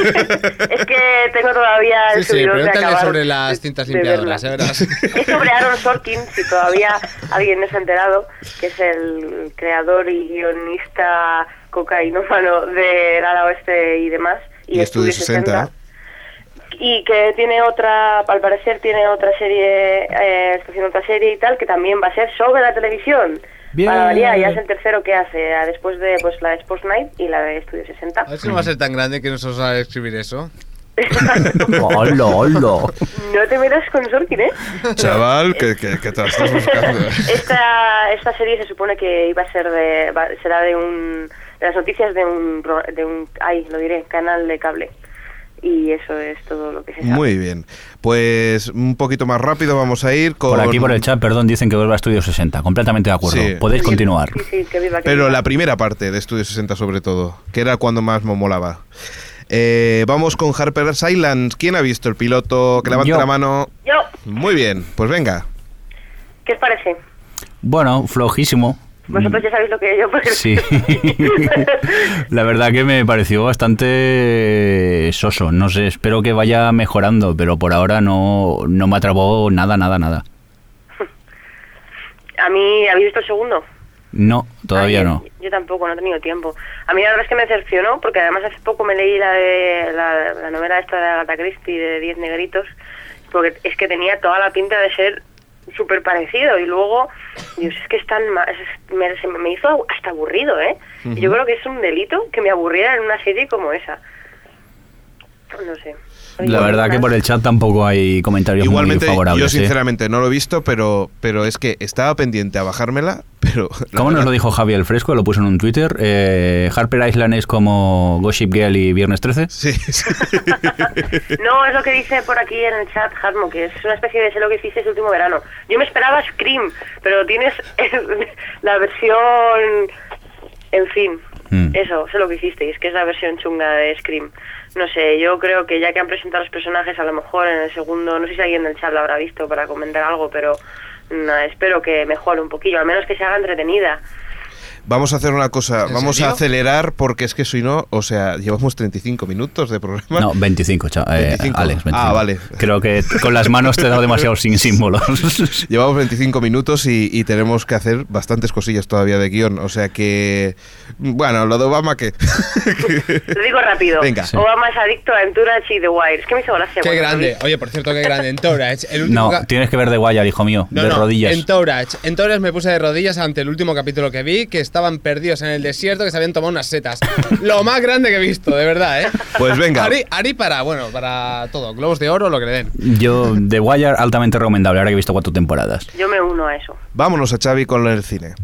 Speaker 4: es que tengo todavía el
Speaker 5: Sí, sí,
Speaker 4: subidón de
Speaker 5: pregúntale
Speaker 4: acabar
Speaker 5: sobre
Speaker 4: de-
Speaker 5: las cintas
Speaker 4: de verla.
Speaker 5: limpiadoras, ¿eh? ya verás.
Speaker 4: Es sobre Aaron Sorkin, si todavía alguien no se ha enterado, que es el creador y guionista cocainómano del ala oeste y demás.
Speaker 2: Y Estudio 60.
Speaker 4: Y que tiene otra, al parecer tiene otra serie, eh, está haciendo otra serie y tal, que también va a ser sobre la televisión.
Speaker 3: Bien.
Speaker 4: Para variar, ya es el tercero que hace, ah, después de pues la de Sports Night y la de Estudio 60.
Speaker 5: A ver si no va a ser tan grande que nosotros a escribir eso.
Speaker 3: <laughs> ¡Hola, hola!
Speaker 4: <laughs> No te metas con Sorkin, ¿eh?
Speaker 2: Chaval, que, que, que te la estás buscando.
Speaker 4: <laughs> Esta, esta serie se supone que iba a ser de, va- será de un de las noticias de un pro- de un ay lo diré canal de cable y eso es todo lo que se sabe.
Speaker 2: Muy bien. Pues un poquito más rápido vamos a ir con...
Speaker 3: Por aquí, por el chat, perdón, dicen que vuelva a Estudio 60. Completamente de acuerdo.
Speaker 2: Sí.
Speaker 3: Podéis continuar.
Speaker 4: Sí, sí, que viva, que
Speaker 2: Pero
Speaker 4: viva.
Speaker 2: la primera parte de Estudio 60 sobre todo, que era cuando más me molaba. Eh, vamos con Harper's Island. ¿Quién ha visto el piloto? Que levante
Speaker 3: Yo.
Speaker 2: la mano.
Speaker 4: yo
Speaker 2: Muy bien, pues venga.
Speaker 4: qué os parece
Speaker 3: Bueno, flojísimo.
Speaker 4: vosotros
Speaker 2: Mm.
Speaker 4: ya sabéis lo que yo porque
Speaker 3: Sí. <laughs> La verdad que me pareció bastante soso. No sé, espero que vaya mejorando, pero por ahora no, no me atrapó nada, nada, nada.
Speaker 4: <laughs> a mí habéis visto el segundo
Speaker 3: No, todavía
Speaker 4: Ay,
Speaker 3: no.
Speaker 4: yo- Yo tampoco, no he tenido tiempo. A mí la verdad es que me decepcionó, porque además hace poco me leí la, de, la, la novela esta de Agatha Christie de Diez Negritos, porque es que tenía toda la pinta de ser súper parecido. Y luego, Dios, es que es tan ma- es- me, se me hizo hasta aburrido, ¿eh? Y Yo creo que es un delito que me aburriera en una serie como esa. No sé.
Speaker 3: La verdad que por el chat tampoco hay comentarios
Speaker 2: Igualmente,
Speaker 3: muy favorables.
Speaker 2: yo
Speaker 3: ¿eh?
Speaker 2: sinceramente no lo he visto, pero, pero es que estaba pendiente a bajármela, pero... la
Speaker 3: ¿Cómo nos
Speaker 2: verdad-
Speaker 3: lo dijo Javier el Fresco? Lo puso en un Twitter. eh, Harper Island es como Gossip Girl y Viernes 13.
Speaker 2: Sí,
Speaker 3: <laughs>
Speaker 2: sí.
Speaker 4: No, es lo que dice por aquí en el chat, Harmo, que es una especie de sé lo que hiciste el último verano. Yo me esperaba Scream, pero tienes <laughs> la versión. En fin,
Speaker 3: Mm.
Speaker 4: eso, sé lo que hiciste, es que es la versión chunga de Scream. No sé, yo creo que ya que han presentado los personajes, a lo mejor en el segundo, no sé si alguien del chat lo habrá visto para comentar algo, pero nah, espero que mejore un poquillo, al menos que se haga entretenida.
Speaker 2: Vamos a hacer una cosa,
Speaker 5: ¿En
Speaker 2: vamos a
Speaker 5: serio?
Speaker 2: acelerar porque es que si no, o sea, llevamos 35 minutos de programa.
Speaker 3: No, 25, cha- eh,
Speaker 2: 25.
Speaker 3: Alex. 25.
Speaker 2: Ah, vale.
Speaker 3: Creo que con las manos te he
Speaker 2: <laughs>
Speaker 3: dado demasiados sin símbolos.
Speaker 2: Llevamos 25 minutos y, y tenemos que hacer bastantes cosillas todavía de guión. O sea que. Bueno, lo de Obama
Speaker 5: <laughs>
Speaker 2: que.
Speaker 4: Lo digo rápido.
Speaker 2: Venga. Sí.
Speaker 4: Obama es adicto a Entourage y The Wire. Es que me hizo gracia.
Speaker 5: Qué
Speaker 4: cuando lo vi.
Speaker 5: grande. Oye, por cierto, qué grande. En Torach, el último
Speaker 3: No,
Speaker 5: ca-
Speaker 3: tienes que ver de Guayar, hijo mío,
Speaker 5: No,
Speaker 3: de
Speaker 5: no,
Speaker 3: rodillas.
Speaker 5: En Torach. En Torach me puse de rodillas ante el último capítulo que vi, que estaban perdidos en el desierto, que se habían tomado unas setas. Lo más grande que he visto, de verdad, ¿eh?
Speaker 2: Pues venga.
Speaker 5: Ari, Ari para, bueno, para todo. Globos de oro, lo que le den.
Speaker 3: Yo, de Wire, altamente recomendable, ahora que he visto cuatro temporadas.
Speaker 4: Yo me uno a eso.
Speaker 2: Vámonos a Xavi con el cine.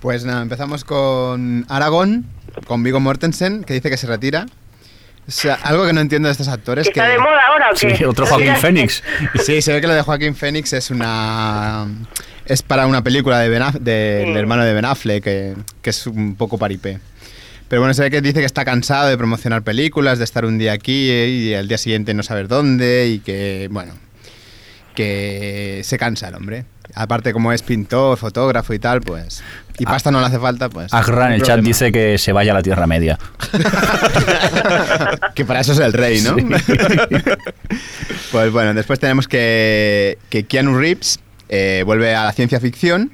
Speaker 6: Pues nada, empezamos con Aragón, con Vigo Mortensen, que dice que se retira. O sea, algo que no entiendo de estos actores.
Speaker 4: ¿Que está
Speaker 6: que-
Speaker 4: de moda ahora o qué?
Speaker 3: Sí, otro
Speaker 4: ¿No
Speaker 3: Joaquín
Speaker 4: miras?
Speaker 3: Fénix.
Speaker 6: Sí, se ve que lo de Joaquín Phoenix es una. Es para una película de Ben Aff- de-
Speaker 4: Sí.
Speaker 6: del hermano de Ben Affleck, que, que es un poco paripé. Pero bueno, se ve que dice que está cansado de promocionar películas, de estar un día aquí eh, y al día siguiente no saber dónde y que, bueno, que se cansa el hombre. Aparte, como es pintor, fotógrafo y tal, pues. Y pasta no le hace falta, pues.
Speaker 3: Agra en
Speaker 6: un
Speaker 3: Ah. el chat
Speaker 6: problema.
Speaker 3: dice que se vaya a la Tierra Media.
Speaker 6: que para eso es el rey, ¿no? <laughs> pues bueno, después tenemos que, que Keanu Reeves eh, vuelve a la ciencia ficción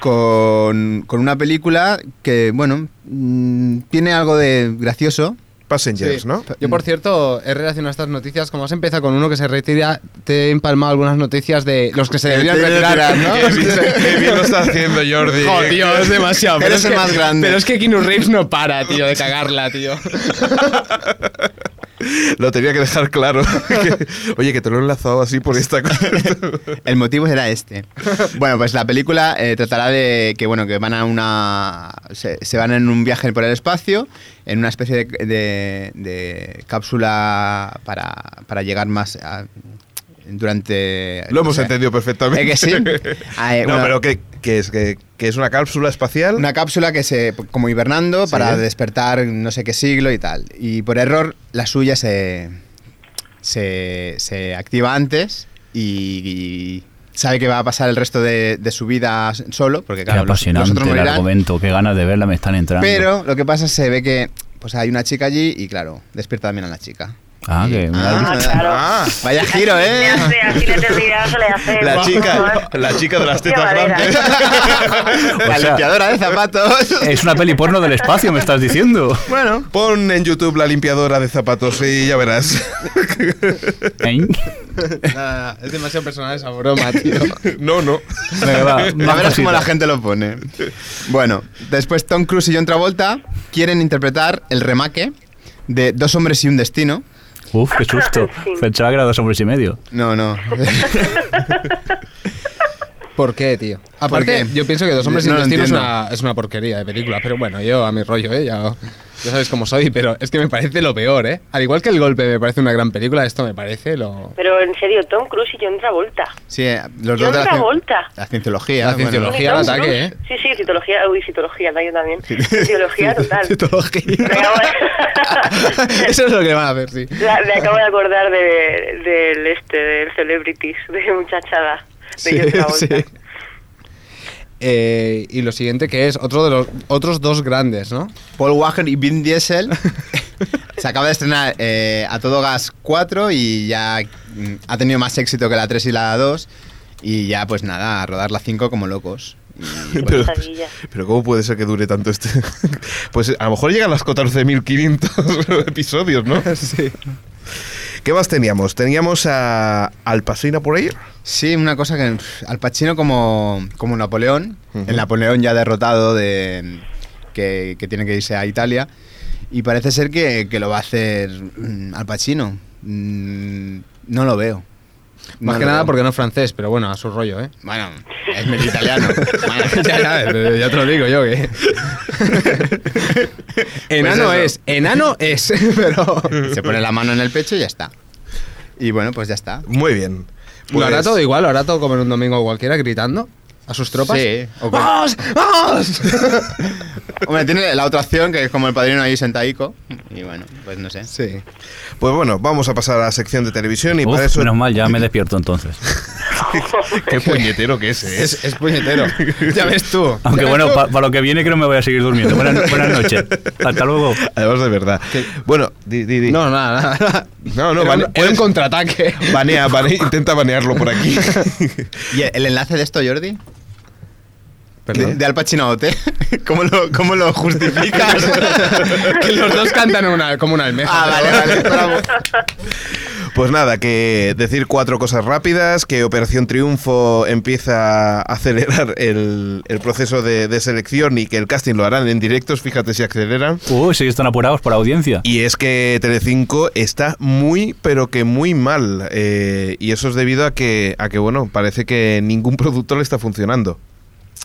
Speaker 6: con, con una película que, bueno, mm, tiene algo de gracioso.
Speaker 2: Passengers,
Speaker 5: Sí.
Speaker 2: ¿no? Mm.
Speaker 5: Yo, por cierto, he relacionado estas noticias. Como has empezado con uno que se retira, te he empalmado algunas noticias de los que se deberían retirar, ¿no?
Speaker 2: Qué bien-
Speaker 5: <laughs>
Speaker 2: qué bien lo está haciendo Jordi. <laughs>
Speaker 5: Joder, tío, es demasiado.
Speaker 6: Eres
Speaker 5: es
Speaker 6: el
Speaker 5: que-
Speaker 6: más grande.
Speaker 5: Pero es que Keanu Reeves no para, tío, de cagarla, tío.
Speaker 2: Lo tenía que dejar claro. <laughs> Que- oye, que te lo he enlazado así por esta <laughs> cosa.
Speaker 6: <laughs> El motivo
Speaker 2: <laughs>
Speaker 6: era este. Bueno, pues la película eh, tratará de que, bueno, que van a una... Se, se van en un viaje por el espacio, en una especie de, de- de cápsula para, para llegar más a- durante...
Speaker 2: Lo hemos
Speaker 6: o sea,
Speaker 2: entendido perfectamente.
Speaker 6: ¿Eh que sí? Ah, eh,
Speaker 2: <laughs> no,
Speaker 6: bueno,
Speaker 2: pero que, que es, que, que es una cápsula espacial.
Speaker 6: Una cápsula que se... como hibernando
Speaker 2: Sí.
Speaker 6: para despertar no sé qué siglo y tal. Y por error la suya se... se, se activa antes y, y sabe que va a pasar el resto de, de su vida solo, porque
Speaker 3: Qué
Speaker 6: claro, los- los,
Speaker 3: apasionante
Speaker 6: otros
Speaker 3: el
Speaker 6: morirán.
Speaker 3: argumento, qué ganas de verla me están entrando.
Speaker 6: Pero lo que pasa es que se ve que pues hay una chica allí y claro, despierta también a la chica.
Speaker 3: Ah, que me la-
Speaker 4: Ah, claro.
Speaker 5: <laughs>
Speaker 2: Ah,
Speaker 6: Vaya giro, ¿eh?
Speaker 4: Así <laughs> le hace, así la eternidad se le hace.
Speaker 2: la
Speaker 4: Guau,
Speaker 2: chica,
Speaker 4: guau.
Speaker 2: la chica de las
Speaker 4: Qué
Speaker 2: tetas
Speaker 4: madera.
Speaker 2: grandes.
Speaker 6: <laughs> La
Speaker 3: O sea-
Speaker 6: limpiadora de zapatos.
Speaker 3: Es una peli porno del espacio, me estás
Speaker 6: <laughs>
Speaker 3: diciendo. <laughs>
Speaker 6: Bueno,
Speaker 2: Pon en YouTube la limpiadora de zapatos y ya verás.
Speaker 3: ¿Eh?
Speaker 5: Nada, es demasiado personal esa broma, tío.
Speaker 2: <laughs> No, no.
Speaker 3: Venga, va,
Speaker 6: a
Speaker 3: más
Speaker 6: ver cómo
Speaker 3: cositas.
Speaker 6: la gente lo pone. Bueno, después Tom Cruise y John Travolta quieren interpretar el remake de Dos hombres y un destino.
Speaker 3: Uf, qué susto.
Speaker 4: Sí.
Speaker 3: Pensaba que era dos hombres y medio.
Speaker 4: <laughs>
Speaker 6: No, no.
Speaker 5: ¿Por qué, tío? Aparte,
Speaker 6: qué?
Speaker 5: yo pienso que Dos hombres
Speaker 6: No
Speaker 5: sin
Speaker 6: lo
Speaker 5: destino es
Speaker 6: entiendo.
Speaker 5: una, es una porquería de película, pero bueno, yo a mi rollo, ¿eh? Ya, ya sabéis cómo soy, pero es que me parece lo peor, ¿eh? Al igual que El Golpe me parece una gran película, esto me parece lo...
Speaker 4: Pero en serio, Tom Cruise y John Travolta.
Speaker 6: Sí, eh, los
Speaker 4: John
Speaker 6: dos de la, cien-
Speaker 4: Travolta.
Speaker 6: la cienciología.
Speaker 5: La
Speaker 6: bueno. <laughs>
Speaker 5: cienciología. Citología al
Speaker 4: Tom
Speaker 5: ataque,
Speaker 4: Cruise.
Speaker 5: ¿eh?
Speaker 4: Sí, sí, citología, uy, citología, yo también. Citología total.
Speaker 6: <laughs>
Speaker 5: Citología.
Speaker 4: Me acabo de-
Speaker 5: Eso es lo que le van a hacer, sí.
Speaker 4: <laughs> La- me acabo de acordar de- del este, del celebrities, de muchachada. De
Speaker 5: Sí,
Speaker 4: John Travolta.
Speaker 5: sí. Eh, y lo siguiente que es otro de los otros dos grandes, ¿no?
Speaker 6: Paul Walker y Vin Diesel. <laughs> Se acaba de estrenar eh, A Todo Gas 4 y ya mm, ha tenido más éxito que la 3 y la 2. Y ya, pues nada, a rodar la 5 como locos. Y, bueno,
Speaker 2: Pero,
Speaker 4: Pesadilla.
Speaker 2: pero ¿cómo puede ser que dure tanto este? <laughs> Pues a lo mejor llegan las 14.500 <laughs> episodios, <laughs> ¿no?
Speaker 5: Sí.
Speaker 2: ¿Qué más teníamos? Teníamos a Al Pacino por ahí.
Speaker 6: sí, una cosa que pff, Al Pacino como, como Napoleón,
Speaker 2: Ujú.
Speaker 6: el Napoleón ya derrotado de que, que tiene que irse a Italia. Y parece ser que, que lo va a hacer mm, Al Pacino. Mm, no lo veo. No
Speaker 5: Más que
Speaker 6: lo
Speaker 5: nada
Speaker 6: veo.
Speaker 5: porque no es francés, pero bueno, a su rollo, ¿eh? <laughs>
Speaker 6: Bueno, es medio italiano. Bueno,
Speaker 5: ya, ya, eh, ya te lo digo
Speaker 6: <laughs>
Speaker 5: yo que. enano
Speaker 6: Pues eso.
Speaker 5: es, enano es, <laughs> pero.
Speaker 6: Se pone la mano en el pecho y ya está. Y bueno, pues ya está.
Speaker 2: Muy bien.
Speaker 5: Lo hará
Speaker 2: Pues-
Speaker 5: todo igual, lo hará todo como en un domingo cualquiera, gritando a sus tropas.
Speaker 6: Sí, o con-
Speaker 5: ¡Vamos! ¡Vamos! <laughs>
Speaker 6: Hombre, tiene la otra opción que es como el padrino ahí sentadico. Y bueno, pues no sé.
Speaker 5: sí.
Speaker 2: Pues bueno, vamos a pasar a la sección de televisión y
Speaker 3: Uf,
Speaker 2: para eso.
Speaker 3: Menos mal, ya me despierto entonces.
Speaker 2: <laughs> Qué puñetero que ese es. ¿eh?
Speaker 5: Es, es puñetero.
Speaker 6: <laughs>
Speaker 5: ya ves tú.
Speaker 3: Aunque bueno, pa- para lo que viene creo me voy a seguir durmiendo. Buenas, buenas noches. Hasta luego.
Speaker 2: Además de verdad. Bueno, di, di, di.
Speaker 5: No, nada, nada, nada.
Speaker 2: no, no,
Speaker 5: Era un-
Speaker 2: bane-
Speaker 5: era un
Speaker 2: puedes-
Speaker 5: contraataque.
Speaker 2: banea, banea, intenta banearlo por <laughs> aquí.
Speaker 6: ¿Y el, el enlace de esto, Jordi? De,
Speaker 5: Perdón.
Speaker 6: de Al Pacino a OT. <laughs> ¿Cómo lo, cómo lo <laughs> justificas?
Speaker 5: que los dos cantan una, como una almeja.
Speaker 6: ah, vale, vale, bravo.
Speaker 2: Pues nada, que decir cuatro cosas rápidas, que Operación Triunfo empieza a acelerar el, el proceso de, de selección y que el casting lo harán en directos, fíjate si aceleran.
Speaker 3: Uy, sí que están apurados por audiencia.
Speaker 2: Y es que Telecinco está muy, pero que muy mal. eh, y eso es debido a que, a que, bueno, parece que ningún producto le está funcionando.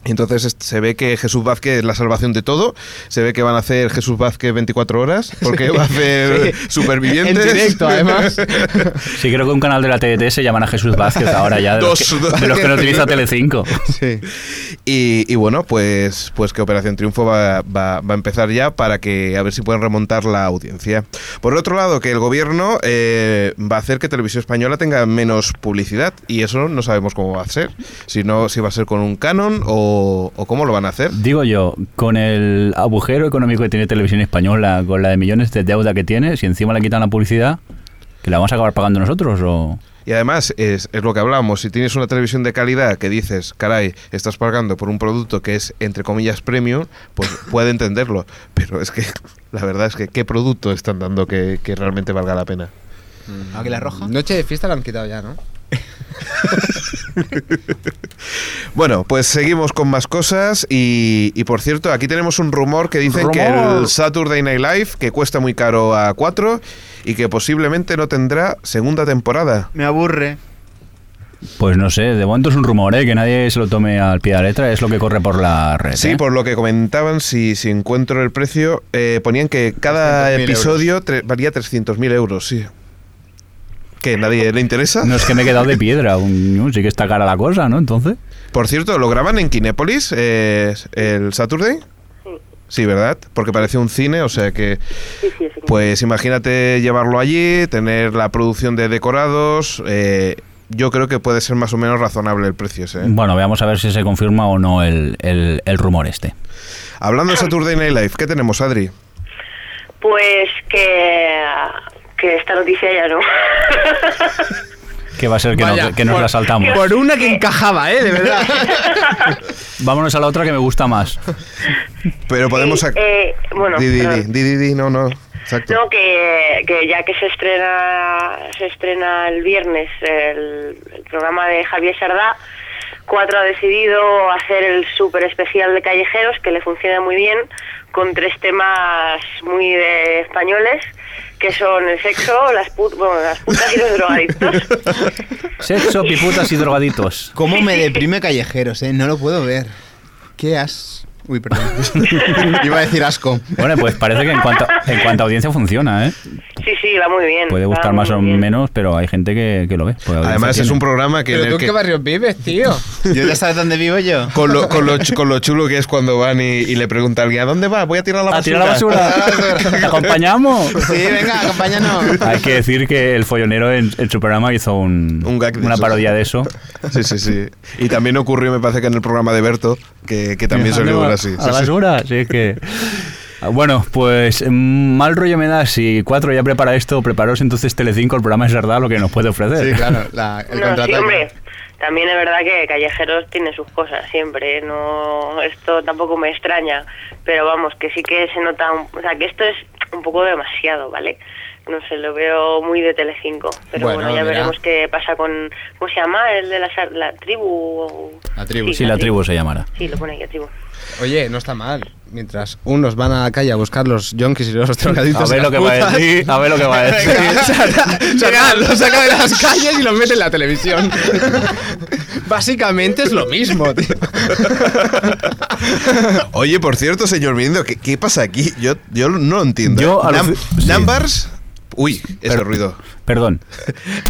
Speaker 2: Entonces est- se ve que Jesús Vázquez es la salvación de todo. Se ve que van a hacer Jesús Vázquez 24 horas, porque va a hacer supervivientes.
Speaker 5: En
Speaker 2: <laughs>
Speaker 5: directo, además.
Speaker 3: Sí, creo que un canal de la TDT se llaman a Jesús Vázquez ahora ya. De,
Speaker 2: Dos,
Speaker 3: los,
Speaker 2: dos.
Speaker 3: que, de los que no utiliza Telecinco.
Speaker 5: sí.
Speaker 2: Y, y bueno, pues, pues que Operación Triunfo va, va- va a empezar ya para que a ver si pueden remontar la audiencia. Por otro lado, que el gobierno eh, va a hacer que Televisión Española tenga menos publicidad y eso no sabemos cómo va a ser. Si no, si va a ser con un canon o, o cómo lo van a hacer.
Speaker 3: Digo yo, con el agujero económico que tiene Televisión Española, con la de millones de deuda que tiene, si encima le quitan la publicidad, ¿que la vamos a acabar pagando nosotros o...?
Speaker 2: Y además es, es lo que hablábamos, si tienes una televisión de calidad que dices, caray, estás pagando por un producto que es entre comillas premium, pues puede entenderlo. Pero es que <laughs> la verdad es que qué producto están dando que- que realmente valga la pena.
Speaker 6: ¿Águila roja?
Speaker 5: Noche de fiesta la han quitado ya, ¿no?
Speaker 2: Bueno, pues seguimos con más cosas y, y, por cierto, aquí tenemos un rumor que dicen que el
Speaker 5: Rumor.
Speaker 2: Saturday Night Live, que cuesta muy caro a 4 y que posiblemente no tendrá segunda temporada.
Speaker 6: Me aburre.
Speaker 3: Pues no sé, de momento es un rumor, ¿eh? que nadie se lo tome al pie de la letra, es lo que corre por la red.
Speaker 2: Sí,
Speaker 3: ¿eh?
Speaker 2: por lo que comentaban, si, si encuentro el precio, eh, ponían que cada
Speaker 6: 300.000
Speaker 2: episodio tre- valía 300.000 euros, sí. ¿Que nadie le interesa?
Speaker 3: No es que me he quedado de piedra, un- un- sí que está cara la cosa, ¿no? Entonces...
Speaker 2: Por cierto, ¿lo graban en Kinépolis eh, el Saturday? Sí, ¿verdad? Porque parece un cine, o sea que...
Speaker 4: Sí, sí, sí.
Speaker 2: Pues imagínate llevarlo allí, tener la producción de decorados, eh, yo creo que puede ser más o menos razonable el precio ese. ¿eh?
Speaker 3: Bueno, veamos a ver si se confirma o no el, el- el rumor este.
Speaker 2: Hablando de Saturday Night Live, ¿qué tenemos, Adri?
Speaker 4: Pues que, que esta noticia ya no.
Speaker 3: Que va a ser que, no-
Speaker 5: Vaya,
Speaker 3: que nos
Speaker 5: por-
Speaker 3: la saltamos.
Speaker 5: Por una que encajaba, ¿eh? De verdad.
Speaker 3: Vámonos a la otra que me gusta más.
Speaker 2: Pero podemos...
Speaker 4: Sí,
Speaker 2: ac-
Speaker 4: eh, bueno,
Speaker 2: Di, di, di,
Speaker 4: perdón.
Speaker 2: di, di, di, no, no. Exacto.
Speaker 4: No, que, que ya que se estrena se estrena el viernes el, el programa de Javier Sardá, Cuatro ha decidido hacer el súper especial de Callejeros, que le funciona muy bien, con tres temas muy de españoles, que son el sexo, las, put- bueno, las putas y los drogadictos.
Speaker 3: <laughs> Sexo, piputas y drogaditos.
Speaker 6: <laughs> ¿Cómo me deprime callejeros, eh? No lo puedo ver. ¿Qué as? Uy, perdón.
Speaker 3: <laughs>
Speaker 6: Iba a decir asco.
Speaker 3: Bueno, pues parece que en cuanto, en cuanto a audiencia funciona, ¿eh?
Speaker 4: Sí, sí, va muy bien.
Speaker 3: Puede
Speaker 4: va
Speaker 3: gustar
Speaker 4: muy
Speaker 3: más o
Speaker 4: bien.
Speaker 3: menos, pero hay gente que, que lo ve. Pues audiencia
Speaker 2: Además es
Speaker 3: tiene.
Speaker 2: un programa que... en
Speaker 5: Pero
Speaker 2: el
Speaker 5: tú en
Speaker 2: que-
Speaker 5: qué barrio vives, tío.
Speaker 6: ¿Yo ya sabes dónde vivo yo?
Speaker 2: Con lo, con, lo, ch- con lo chulo que es cuando van y, y le pregunta a alguien, ¿a dónde vas? Voy a tirar la basura.
Speaker 3: ¡A tirar Ah, la basura! ¿Te acompañamos?
Speaker 6: Sí, venga, acompáñanos.
Speaker 3: Hay que decir que el follonero en, en su programa hizo un,
Speaker 2: <laughs> Un gag de
Speaker 3: una
Speaker 2: esos.
Speaker 3: parodia de eso.
Speaker 2: Sí, sí, sí. Y también ocurrió, me parece que en el programa de Berto, que, que también se
Speaker 3: Dejando
Speaker 2: ocurre
Speaker 3: a-
Speaker 2: así.
Speaker 3: A
Speaker 2: Sí,
Speaker 3: la
Speaker 2: sí.
Speaker 3: basura, sí, es que... Ah, Bueno, pues mm, mal rollo me da. Si cuatro ya prepara esto, preparaos entonces Telecinco, el programa es verdad lo que nos puede ofrecer.
Speaker 6: Sí, claro, la- el
Speaker 4: No,
Speaker 6: contrato.
Speaker 4: sí, hombre. También es verdad que Callejeros tiene sus cosas siempre, ¿eh? no esto tampoco me extraña, pero vamos, que sí que se nota, un- o sea, que esto es un poco demasiado, ¿vale? No sé, lo veo muy de Telecinco, pero
Speaker 6: Bueno,
Speaker 4: bueno, ya
Speaker 6: mira.
Speaker 4: veremos qué pasa con, ¿cómo se llama? El de la, sar- la tribu. o-
Speaker 6: La tribu.
Speaker 3: Sí, la tribu se llamará.
Speaker 4: Sí, lo pone aquí, la tribu.
Speaker 5: Oye, no está mal. Mientras unos van a la calle a buscar los yonkis y los trocaditos.
Speaker 3: A ver lo que va a
Speaker 5: <laughs>
Speaker 3: decir, a ver lo que va a decir. <laughs>
Speaker 5: los saca de las calles y los mete en la televisión. <laughs> Básicamente es lo mismo, tío.
Speaker 2: Oye, por cierto, señor Mirindo, ¿qué, qué pasa aquí? Yo, yo no lo entiendo.
Speaker 3: Yo a lo
Speaker 2: Num-
Speaker 3: fi- sí.
Speaker 2: Numbers... Uy, ese
Speaker 3: Pero-
Speaker 2: ruido.
Speaker 3: Perdón,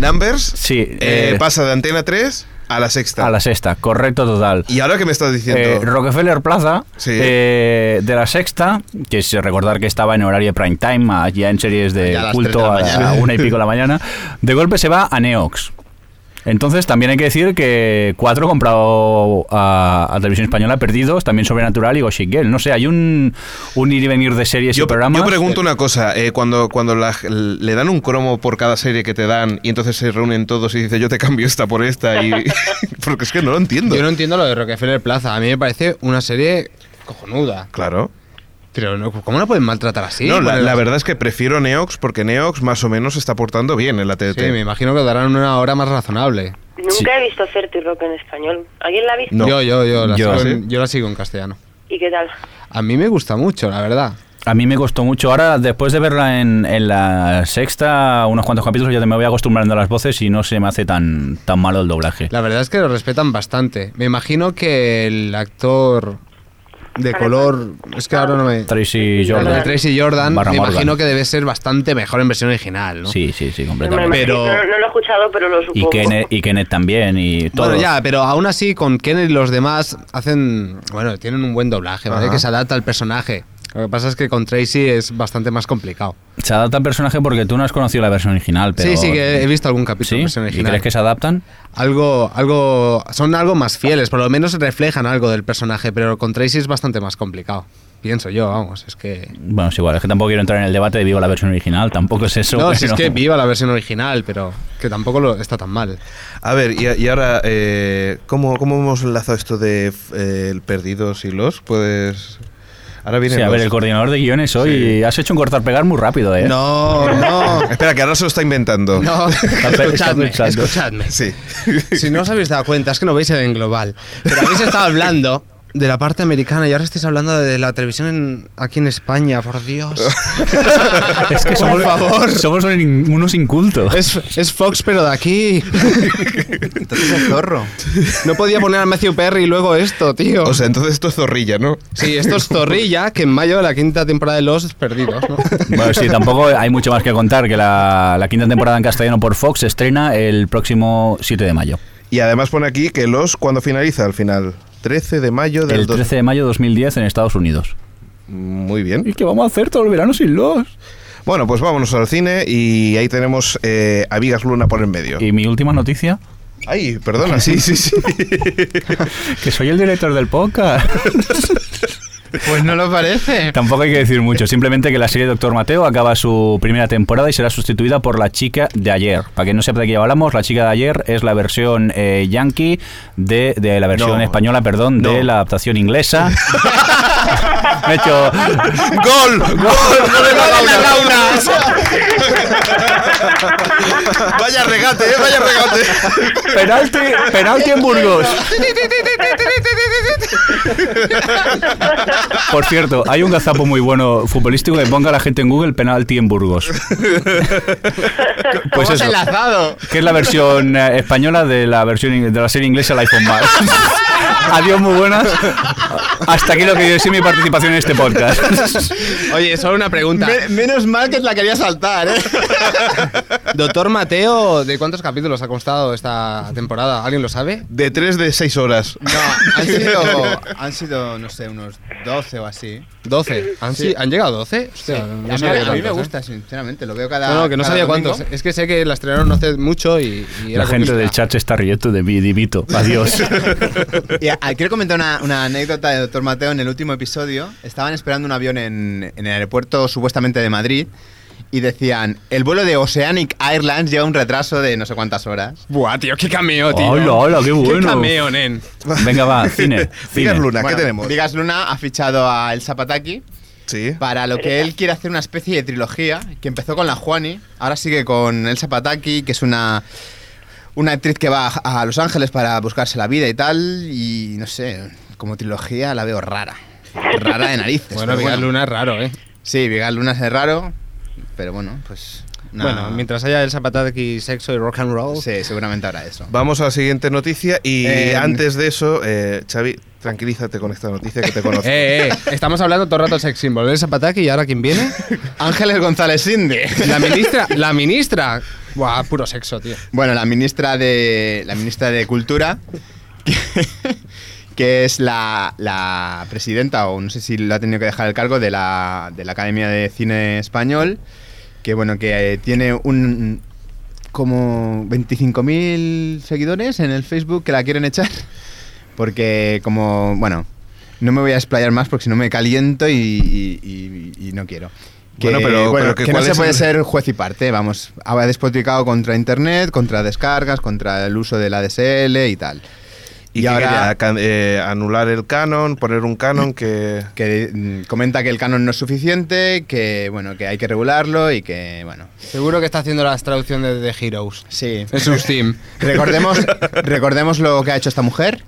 Speaker 2: Numbers
Speaker 3: Sí,
Speaker 2: eh,
Speaker 3: eh,
Speaker 2: pasa de antena 3 a la sexta.
Speaker 3: a la sexta, correcto total.
Speaker 2: ¿Y ahora qué me estás diciendo?
Speaker 3: Eh, Rockefeller Plaza
Speaker 2: Sí.
Speaker 3: eh, de la sexta, que es recordar que estaba en horario prime time, ah, ya en series de
Speaker 6: Ya a las tres de
Speaker 3: culto
Speaker 6: la
Speaker 3: a,
Speaker 6: mañana.
Speaker 3: a una y pico de la mañana, de golpe se va a Neox. Entonces también hay que decir que Cuatro comprado a, a Televisión Española Perdidos, también Sobrenatural y Gossip Girl. No sé, hay un, un ir y venir de series
Speaker 2: yo,
Speaker 3: y programas.
Speaker 2: yo pregunto una cosa, eh, cuando, cuando la- le dan un cromo por cada serie que te dan y entonces se reúnen todos y dice yo te cambio esta por esta y... <laughs> Porque es que no lo entiendo.
Speaker 5: Yo no entiendo lo de Rockefeller Plaza. A mí me parece una serie cojonuda.
Speaker 2: Claro.
Speaker 5: Pero no- ¿cómo la pueden maltratar así?
Speaker 2: no, la,
Speaker 5: Bueno,
Speaker 2: la verdad es que prefiero Neox porque Neox más o menos se está portando bien en la TDT.
Speaker 3: Este.
Speaker 5: Sí, me imagino que darán una hora más razonable.
Speaker 4: Nunca
Speaker 3: Sí.
Speaker 4: he visto Certi Rock en español. ¿Alguien la ha visto?
Speaker 2: No.
Speaker 5: Yo, yo, yo la,
Speaker 3: Yo,
Speaker 5: sigo,
Speaker 2: ¿sí?
Speaker 5: en, yo la sigo en castellano.
Speaker 4: ¿Y qué tal?
Speaker 5: A mí me gusta mucho, la verdad.
Speaker 3: A mí me costó mucho. Ahora, después de verla en, en la sexta, unos cuantos capítulos, ya me voy acostumbrando a las voces y no se me hace tan, tan malo el doblaje.
Speaker 5: La verdad es que lo respetan bastante. Me imagino que el actor de
Speaker 4: Vale,
Speaker 5: color. Es que ahora no me.
Speaker 3: Tracy
Speaker 5: El de
Speaker 3: Jordan.
Speaker 5: Tracy Jordan,
Speaker 3: Barra
Speaker 5: me
Speaker 3: Morgan.
Speaker 5: imagino que debe ser bastante mejor en versión original, ¿no?
Speaker 3: Sí, sí, sí,
Speaker 4: No, me
Speaker 3: completamente.
Speaker 5: Pero-
Speaker 4: imagino, no, no lo he escuchado, pero lo
Speaker 3: Y
Speaker 4: supongo.
Speaker 3: Kenneth, y Kenneth también, y todo.
Speaker 5: Bueno, ya, pero aún así, con Kenneth y los demás hacen. Bueno, tienen un buen doblaje, ¿vale?
Speaker 2: Ajá.
Speaker 5: Que se adapta al personaje. Lo que pasa es que con Tracy es bastante más complicado.
Speaker 3: Se adapta al personaje porque tú no has conocido la versión original, pero...
Speaker 5: Sí, sí, que he visto algún capítulo
Speaker 3: ¿Sí?
Speaker 5: en versión
Speaker 3: ¿Y
Speaker 5: original.
Speaker 3: crees que se adaptan?
Speaker 5: Algo, algo. Son algo más fieles, por lo menos reflejan algo del personaje, pero con Tracy es bastante más complicado. Pienso yo, vamos, es que.
Speaker 3: Bueno, es igual, es que tampoco quiero entrar en el debate de vivo la versión original, tampoco es eso.
Speaker 5: No, si es
Speaker 3: pero-
Speaker 5: que viva la versión original, pero que tampoco lo, está tan mal.
Speaker 2: A ver, y, y ahora, eh, ¿cómo, ¿cómo hemos enlazado esto de f- eh, el perdidos y los? Pues... Ahora viene...
Speaker 3: Sí, a
Speaker 2: los.
Speaker 3: ver, el coordinador de guiones hoy has hecho un cortar-pegar muy rápido, ¿eh?
Speaker 5: No, no,
Speaker 2: Espera, que ahora se lo está inventando.
Speaker 3: <laughs>
Speaker 5: no.
Speaker 3: pe- está
Speaker 5: escuchadme,
Speaker 3: pensando.
Speaker 5: escuchadme.
Speaker 2: Sí. <laughs>
Speaker 5: Si no os habéis dado cuenta, es que no veis en global. Pero habéis estado hablando de la parte americana y ahora estáis hablando de la televisión en- aquí en España, por Dios.
Speaker 3: <laughs> Es que somos,
Speaker 5: por favor.
Speaker 3: somos un- unos
Speaker 6: <laughs>
Speaker 3: incultos.
Speaker 5: Es, es Fox, pero de aquí.
Speaker 6: Entonces es zorro.
Speaker 5: No podía poner a Matthew Perry y luego esto, tío.
Speaker 2: O sea, entonces esto es zorrilla, ¿no?
Speaker 5: sí, esto es Zorrilla, que en mayo de la quinta temporada de Los Perdidos, ¿no?
Speaker 3: Bueno, sí, tampoco hay mucho más que contar, que la, la quinta temporada en castellano por Fox se estrena el próximo 7 de mayo.
Speaker 2: Y además pone aquí que los, cuando finaliza? Al final, 13 de mayo del...
Speaker 3: El
Speaker 2: dos-
Speaker 3: 13 de mayo de 2010 en Estados Unidos.
Speaker 2: Muy bien.
Speaker 3: ¿Y qué vamos a hacer todo el verano sin los?
Speaker 2: Bueno, pues vámonos al cine y ahí tenemos eh, a Vigas Luna por en medio.
Speaker 3: Y mi última noticia
Speaker 2: Ay, perdona, sí, sí, sí.
Speaker 3: Que soy el director del podcast.
Speaker 6: <laughs>
Speaker 5: <laughs>
Speaker 6: Pues no lo
Speaker 2: <laughs>
Speaker 6: parece.
Speaker 3: Tampoco hay que decir mucho. Simplemente que la serie Doctor Mateo acaba su primera temporada y será sustituida por La Chica de Ayer. Para que no sepa de qué hablamos, La Chica de Ayer es la versión eh, yankee de, de la versión
Speaker 2: No.
Speaker 3: española, perdón,
Speaker 2: No.
Speaker 3: de la adaptación
Speaker 2: <laughs>
Speaker 3: inglesa. <laughs> Me he hecho.
Speaker 2: ¡Gol! ¡Gol! ¡Gol de Malauna! Vaya regate, eh, vaya regate.
Speaker 3: Penalti, penalti en Burgos. Por cierto, hay un gazapo muy bueno futbolístico que ponga a la gente en Google penalti en Burgos. Pues
Speaker 6: Hemos
Speaker 3: eso.
Speaker 6: enlazado.
Speaker 3: Que es la versión eh, española de la versión in- de la serie inglesa el iPhone Bar. Adiós, muy buenas. Hasta aquí lo que yo decir mi participación en este podcast.
Speaker 5: Oye, solo una pregunta.
Speaker 6: Me- menos mal que la quería saltar, ¿eh?
Speaker 5: <laughs> Doctor Mateo, ¿de cuántos capítulos ha constado esta temporada? ¿Alguien lo sabe?
Speaker 2: <laughs> De 3 de 6 horas.
Speaker 6: No,
Speaker 5: <laughs>
Speaker 6: han sido, han sido, no sé, unos 12 o así.
Speaker 5: 12. ¿Han,
Speaker 6: Sí.
Speaker 5: si- ¿han llegado 12? Hostia,
Speaker 6: Sí.
Speaker 5: no
Speaker 6: a, mí,
Speaker 5: sabía
Speaker 6: a mí me
Speaker 5: tantos, ¿eh?
Speaker 6: gusta, sinceramente. Lo veo cada.
Speaker 5: No, no, que no
Speaker 6: cada
Speaker 5: sabía
Speaker 6: domingo.
Speaker 5: cuántos. Es que sé que la estrenaron no hace mucho y, y era
Speaker 3: La gente
Speaker 5: conquista.
Speaker 3: del chat se está riendo de mí, divito. Adiós.
Speaker 6: Y a- quiero comentar una, una anécdota de Doctor Mateo en el último episodio. Estaban esperando un avión en, en el aeropuerto supuestamente de Madrid y decían, el vuelo de Oceanic Airlines lleva un retraso de no sé cuántas horas.
Speaker 5: Buah, tío, qué cameo, tío.
Speaker 3: Hola, hola, qué
Speaker 5: Qué
Speaker 3: bueno.
Speaker 5: cameo, nen.
Speaker 2: <laughs>
Speaker 3: Venga, va, cine.
Speaker 2: Digas
Speaker 3: cine.
Speaker 2: Luna, ¿qué
Speaker 6: Bueno,
Speaker 2: tenemos?
Speaker 6: Digas Luna ha fichado a El Zapataki
Speaker 2: Sí.
Speaker 6: para lo que él quiere hacer una especie de trilogía que empezó con la Juani, ahora sigue con El Zapataki, que es una... Una actriz que va a a Los Ángeles para buscarse la vida y tal, y no sé, como trilogía la veo rara. Rara de narices.
Speaker 5: Bueno,
Speaker 6: pero
Speaker 5: Vigas Luna es raro, ¿eh?
Speaker 6: Sí, Vigal Luna es raro, pero bueno, pues. una-
Speaker 5: Bueno, mientras haya el zapataki, sexo y rock and roll.
Speaker 6: Sí, seguramente habrá eso.
Speaker 2: Vamos a la siguiente noticia y
Speaker 6: Eh,
Speaker 2: antes de eso, eh, Xavi, tranquilízate con esta noticia que te conozco.
Speaker 5: Eh, eh, estamos hablando todo el rato del sex symbol. ¿eh? El zapataki y ahora quién viene?
Speaker 6: Ángeles González Sinde.
Speaker 5: La ministra, la ministra. Buah, puro sexo, tío.
Speaker 6: <laughs> bueno, la ministra de. La ministra de Cultura. Que, que es la, la presidenta, o no sé si lo ha tenido que dejar el cargo, de la, de la Academia de Cine Español. Que bueno, que eh, tiene un. como 25.000 seguidores en el Facebook que la quieren echar. <laughs> Porque como, bueno, no me voy a explayar más porque si no me caliento y, y- y- y no quiero. Que,
Speaker 2: Bueno, pero- pero que
Speaker 6: que, no
Speaker 2: cuál
Speaker 6: se
Speaker 2: es
Speaker 6: puede
Speaker 2: el-
Speaker 6: ser juez y parte, vamos. Ha despotricado contra Internet, contra descargas, contra el uso de la DSL y tal.
Speaker 2: y
Speaker 6: y
Speaker 2: que
Speaker 6: ahora-
Speaker 2: quería can- eh, anular el canon, poner un canon que...
Speaker 6: Que mm, comenta que el canon no es suficiente, que bueno, que hay que regularlo y que bueno.
Speaker 5: Seguro que está haciendo las traducciones de Heroes.
Speaker 6: Sí.
Speaker 5: Es un <laughs> Steam.
Speaker 2: <laughs>
Speaker 6: Recordemos, recordemos lo que ha hecho esta mujer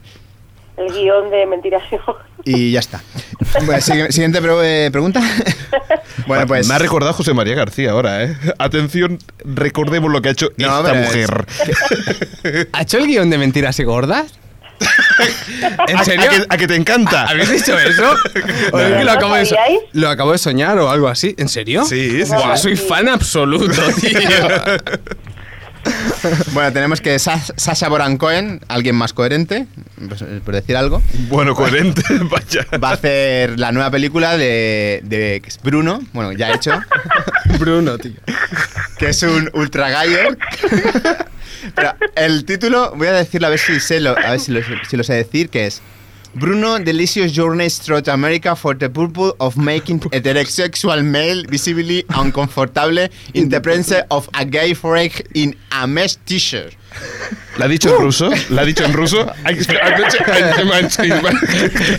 Speaker 4: El guión de Mentiras y Amor.
Speaker 6: y ya está. Bueno, sigui- siguiente pre-
Speaker 2: <laughs>
Speaker 6: eh, pregunta. Bueno, pues.
Speaker 2: Me ha recordado José María García ahora, ¿eh? <laughs> Atención, recordemos lo que ha hecho
Speaker 6: No,
Speaker 2: esta
Speaker 6: pero es-
Speaker 2: mujer.
Speaker 5: ¿Ha hecho el guión de mentiras y gordas? ¿En serio?
Speaker 2: ¿A que, a que te encanta?
Speaker 5: ¿Habéis dicho <laughs> eso? O es que lo, acabo de so-
Speaker 4: ¿Sabíais?
Speaker 5: lo acabo de soñar o algo así. ¿En serio?
Speaker 2: Sí, sí, sí.
Speaker 5: Buah, soy fan absoluto, tío.
Speaker 6: <laughs> Bueno, tenemos que Sas- Sasha Boran Cohen, alguien más coherente, pues, eh, por decir algo,
Speaker 2: Bueno, coherente, <laughs> vaya.
Speaker 6: va a hacer la nueva película de, de que es Bruno, bueno, ya
Speaker 2: <laughs>
Speaker 6: hecho,
Speaker 5: Bruno, tío.
Speaker 6: que es un ultra gayer. Pero el título, voy a decirlo a ver si, sé lo, a ver si, lo, si lo sé decir, que es Bruno Delicious Journeys Through America for the Purpose of Making a Heterosexual Male Visibly Uncomfortable in the Presence of a Gay Freak in a Mesh T-shirt.
Speaker 2: ¿La ha dicho en ruso? ¿La ha dicho en ruso? <laughs>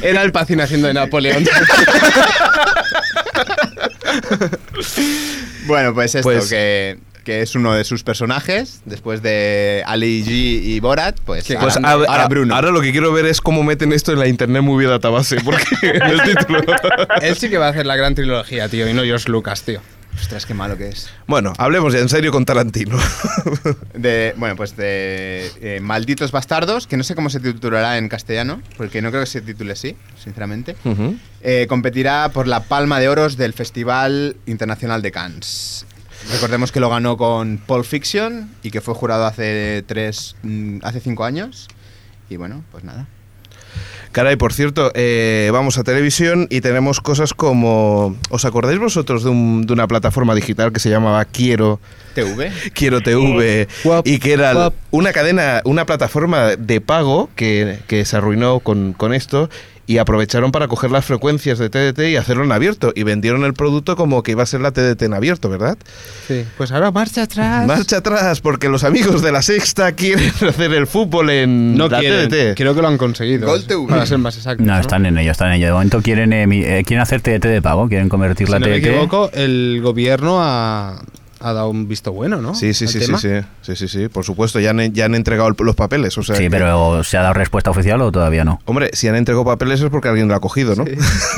Speaker 5: Era el Pacino haciendo de Napoleón. <laughs>
Speaker 6: Bueno, pues esto,
Speaker 2: Pues-
Speaker 6: que, que es uno de sus personajes, después de Ali G y Borat, pues, ahora,
Speaker 2: Pues ahora,
Speaker 6: ahora Bruno.
Speaker 2: ahora lo que quiero ver es cómo meten esto en la Internet Movie Database, porque <laughs> en el título...
Speaker 5: Él sí que va a hacer la gran trilogía, tío, y no George Lucas, tío.
Speaker 6: Ostras, qué malo que es.
Speaker 2: Bueno, hablemos ya en serio con Tarantino.
Speaker 6: De, bueno, pues de eh, Malditos Bastardos, que no sé cómo se titulará en castellano, porque no creo que se titule así, sinceramente.
Speaker 3: Hmm.
Speaker 6: Eh, competirá por la Palma de Oros del Festival Internacional de Cannes. Recordemos que lo ganó con Pulp Fiction y que fue jurado hace tres, mm, hace cinco años. Y bueno, pues nada.
Speaker 2: Caray, por cierto, eh, vamos a televisión y tenemos cosas como... ¿Os acordáis vosotros de, un- de una plataforma digital que se llamaba Quiero,
Speaker 6: TV.
Speaker 2: Quiero TV?
Speaker 5: Guap,
Speaker 2: y que era...
Speaker 5: guap,
Speaker 2: una cadena, una plataforma de pago que, que se arruinó con, con esto y aprovecharon para coger las frecuencias de TDT y hacerlo en abierto y vendieron el producto como que iba a ser la TDT en abierto, ¿verdad?
Speaker 5: Sí. Pues ahora marcha atrás.
Speaker 2: Marcha atrás porque los amigos de la Sexta quieren <laughs> hacer el fútbol en
Speaker 5: No
Speaker 2: la
Speaker 5: quieren.
Speaker 2: TDT.
Speaker 5: Creo que lo han conseguido.
Speaker 6: Gol TV.
Speaker 5: Para ser más exacto.
Speaker 3: No, están en ello, están en ello. De momento quieren, eh, mi- eh, quieren hacer TDT de pago, quieren convertir
Speaker 5: Si
Speaker 3: la E
Speaker 5: no me
Speaker 3: TDT.
Speaker 5: equivoco, el gobierno ha, ha dado un visto bueno, ¿no?
Speaker 2: Sí, sí,
Speaker 5: Al
Speaker 2: sí, sí,
Speaker 5: tema.
Speaker 2: sí, sí, sí, sí, por supuesto, ya han, ya han entregado el- los papeles, o sea,
Speaker 3: sí,
Speaker 2: que-
Speaker 3: pero ¿se ha dado respuesta oficial o todavía no?
Speaker 2: hombre, si han entregado papeles es porque alguien lo ha cogido, <laughs> ¿no?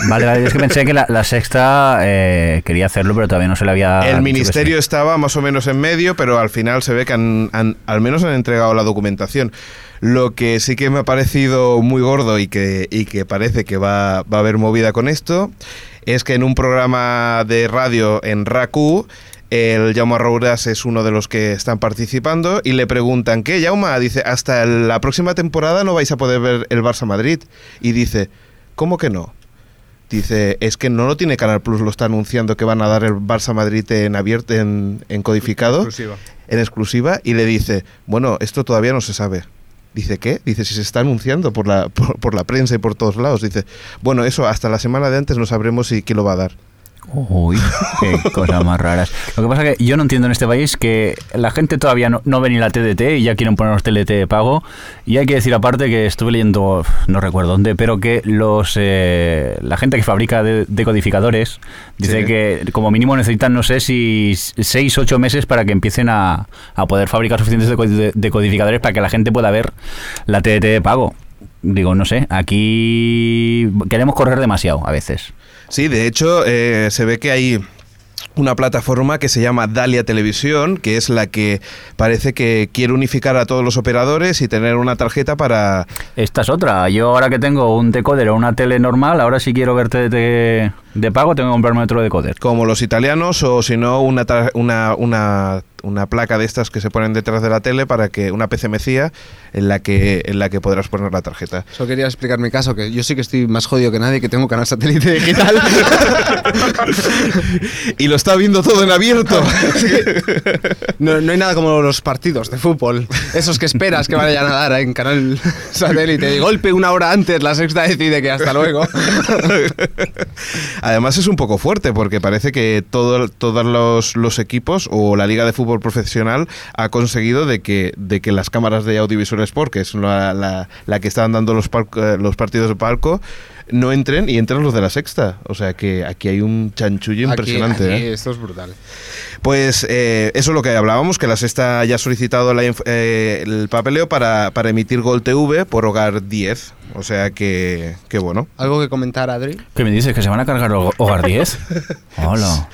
Speaker 3: Vale, vale, es que pensé que la, la sexta eh, quería hacerlo, pero todavía no se le había. dicho
Speaker 2: el
Speaker 3: que
Speaker 2: ministerio
Speaker 3: sí.
Speaker 2: estaba más o menos en medio, pero al final se ve que han, han- al menos han entregado la documentación. Lo que sí que me ha parecido muy gordo y que, y que parece que va, va a haber movida con esto es que en un programa de radio en RACU, el Jaume Rouras es uno de los que están participando y le preguntan, ¿qué, Jaume? Dice, hasta la próxima temporada no vais a poder ver el Barça-Madrid. Y dice, ¿cómo que no? Dice, es que no lo tiene Canal Plus, lo está anunciando que van a dar el Barça Madrid en abierto, en, en codificado,
Speaker 6: Exclusiva.
Speaker 2: en exclusiva, y le dice, bueno, esto todavía no se sabe. Dice, ¿qué? Dice, si se está anunciando por la, <laughs> por, por la prensa y por todos lados. Dice, bueno, eso hasta la semana de antes no sabremos si quién lo va a dar.
Speaker 3: Uy, qué cosas más raras. Lo que pasa que yo no entiendo en este país que la gente todavía no, no ve ni la TDT y ya quieren ponernos TDT de pago. Y hay que decir aparte que estuve leyendo, no recuerdo dónde, pero que los eh, la gente que fabrica de- decodificadores dice
Speaker 2: Sí.
Speaker 3: que como mínimo necesitan, no sé si 6, 8 meses para que empiecen a, a poder fabricar suficientes deco- de- decodificadores para que la gente pueda ver la TDT de pago. Digo, no sé, aquí queremos correr demasiado a veces.
Speaker 2: Sí, de hecho, eh, se ve que hay una plataforma que se llama Dalia Televisión, que es la que parece que quiere unificar a todos los operadores y tener una tarjeta para,
Speaker 3: Esta es otra. Yo ahora que tengo un decoder o una tele normal, ahora si quiero verte de, de pago, tengo que comprarme otro decoder.
Speaker 2: como los italianos o si no una, tra- una, una, una placa de estas que se ponen detrás de la tele para que una PCMcía en la que en la que podrás poner la tarjeta.
Speaker 5: Solo quería explicar mi caso, que yo sí que estoy más jodido que nadie, que tengo canal satélite <laughs> digital.
Speaker 2: Y lo está viendo todo en <laughs> abierto.
Speaker 5: No, no hay nada como los partidos de fútbol. Esos que esperas que vayan a dar en canal satélite. Y golpe una hora antes, la sexta decide que hasta luego.
Speaker 2: Además es un poco fuerte porque parece que todo, todos los, los equipos o la Liga de Fútbol Profesional ha conseguido de que, de que las cámaras de Audiovisual Sport, que es la, la- la que están dando los, palco- eh, los partidos de palco, no entren y entran los de la sexta. O sea que aquí hay un chanchullo impresionante.
Speaker 5: Aquí- aquí
Speaker 2: ¿eh?
Speaker 5: Esto es brutal.
Speaker 2: Pues eh, eso es lo que hablábamos, que la Sexta ya ha solicitado la inf- eh, el papeleo para, para emitir Gol TV por hogar 10. O sea que, que bueno.
Speaker 5: ¿Algo que comentar, Adri?
Speaker 3: ¿Qué me dices? ¿Que se van a cargar Ho- Hogar <laughs> 10? Hola.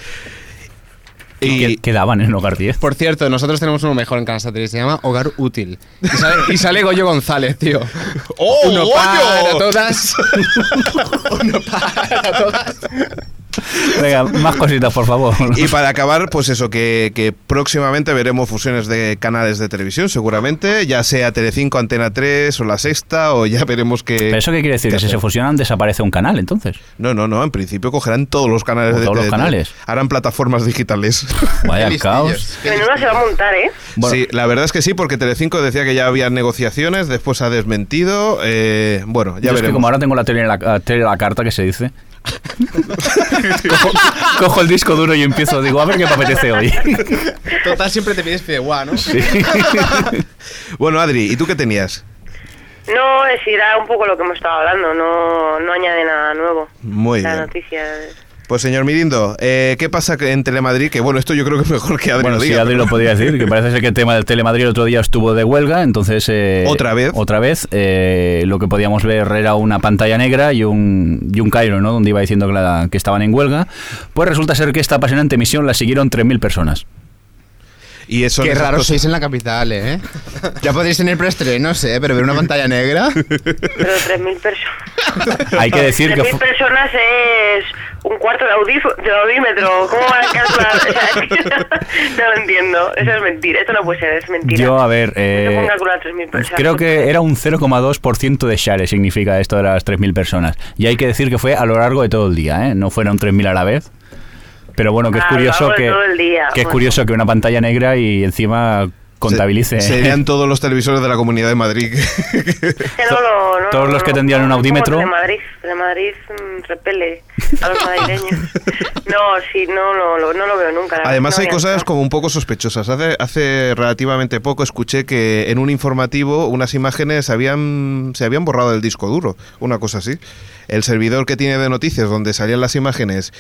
Speaker 2: Y-
Speaker 3: ¿Qué, qué daban en Hogar 10?
Speaker 5: Por cierto, nosotros tenemos uno mejor en Canal Satélite, se llama Hogar Útil. Y sale, y sale Goyo González, tío.
Speaker 2: ¡Oh,
Speaker 5: uno
Speaker 2: Goyo!
Speaker 5: para todas. <laughs> uno para todas.
Speaker 3: <laughs> Venga, más cositas, por favor.
Speaker 2: <laughs> Y para acabar, pues eso, que, que próximamente veremos fusiones de canales de televisión, seguramente, ya sea Telecinco, Antena 3 o La Sexta, o ya veremos que...
Speaker 3: ¿Pero eso qué quiere decir? ¿Que si se fusionan desaparece un canal entonces?
Speaker 2: No, no, no, en principio cogerán todos los canales
Speaker 3: O
Speaker 2: de
Speaker 3: todos los
Speaker 2: TDT.
Speaker 3: canales.
Speaker 2: Harán plataformas digitales.
Speaker 3: Vaya
Speaker 6: Qué
Speaker 3: caos.
Speaker 6: listillos. Qué
Speaker 4: Menuda se va a montar, ¿eh?
Speaker 3: <laughs> Bueno.
Speaker 2: Sí, la verdad es que sí, porque Telecinco decía que ya había negociaciones, después ha desmentido. eh, bueno, ya
Speaker 3: Yo es que
Speaker 2: veremos.
Speaker 3: como ahora tengo la tele en la, la tele en la carta que
Speaker 2: <laughs>
Speaker 3: se dice. <laughs> cojo, cojo el disco duro y empiezo, digo, a ver qué me apetece hoy. <laughs>
Speaker 5: Total, siempre te pides fideuá, ¿no?
Speaker 3: Sí.
Speaker 2: Bueno, Adri, ¿y tú qué tenías?
Speaker 4: No, es irá un poco lo que hemos estado hablando, no, no añade nada nuevo.
Speaker 2: Muy
Speaker 4: la
Speaker 2: bien.
Speaker 4: noticia. de-
Speaker 2: Pues señor Mirindo, eh, ¿qué pasa que- en Telemadrid? Que bueno, esto yo creo que <laughs> es mejor que Adri
Speaker 3: Bueno,
Speaker 2: lo
Speaker 3: sí,
Speaker 2: diga.
Speaker 3: Adri lo podría decir, que parece ser que el tema del Telemadrid el otro día estuvo de huelga, entonces... eh,
Speaker 2: Otra vez.
Speaker 3: Otra vez. eh, lo que podíamos ver era una pantalla negra y un, y un Cairo, ¿no? Donde iba diciendo que, la- que estaban en huelga. Pues resulta ser que esta apasionante misión la siguieron 3.000 personas.
Speaker 2: Y eso
Speaker 6: Qué raro
Speaker 5: Sois en la capital, ¿eh?
Speaker 6: Ya podéis tener preestrenos, ¿eh? Pero ver una pantalla negra.
Speaker 4: Pero
Speaker 3: <laughs>
Speaker 4: 3.000 personas.
Speaker 3: Hay que decir que...
Speaker 4: 3.000
Speaker 3: fu-
Speaker 4: personas es un cuarto de, audif- de audímetro. ¿Cómo van a calcular? <laughs> O sea, <laughs> no lo entiendo. Eso es mentira. Esto no puede ser, es mentira.
Speaker 3: Yo, a ver...
Speaker 4: No se
Speaker 3: eh,
Speaker 4: pueden calcular 3.000 personas.
Speaker 3: Creo que era un 0,2% de share significa esto de las 3.000 personas. Y hay que decir que fue a lo largo de todo el día, ¿eh? No fueron 3.000 a la vez. Pero bueno, que es
Speaker 4: A lo
Speaker 3: curioso
Speaker 4: largo de
Speaker 3: que...
Speaker 4: todo el día,
Speaker 3: Que es
Speaker 4: bueno.
Speaker 3: curioso que una pantalla negra y encima contabilice. ¿eh?
Speaker 2: Se- Serían todos los televisores de la Comunidad de Madrid.
Speaker 4: Que no lo- no-
Speaker 3: todos los que
Speaker 4: no-
Speaker 3: tendrían un
Speaker 4: no somos
Speaker 3: audímetro.
Speaker 4: De Madrid, de Madrid mm, repele a
Speaker 3: <laughs>
Speaker 4: los madrileños. No, sí, no lo, lo- no lo veo nunca. la
Speaker 2: Además
Speaker 4: verdad,
Speaker 2: hay
Speaker 4: no,
Speaker 2: cosas
Speaker 4: no.
Speaker 2: como un poco sospechosas. Hace, hace relativamente poco escuché que en un informativo unas imágenes habían, se habían borrado del disco duro, una cosa así. El servidor que tiene de noticias donde salían las imágenes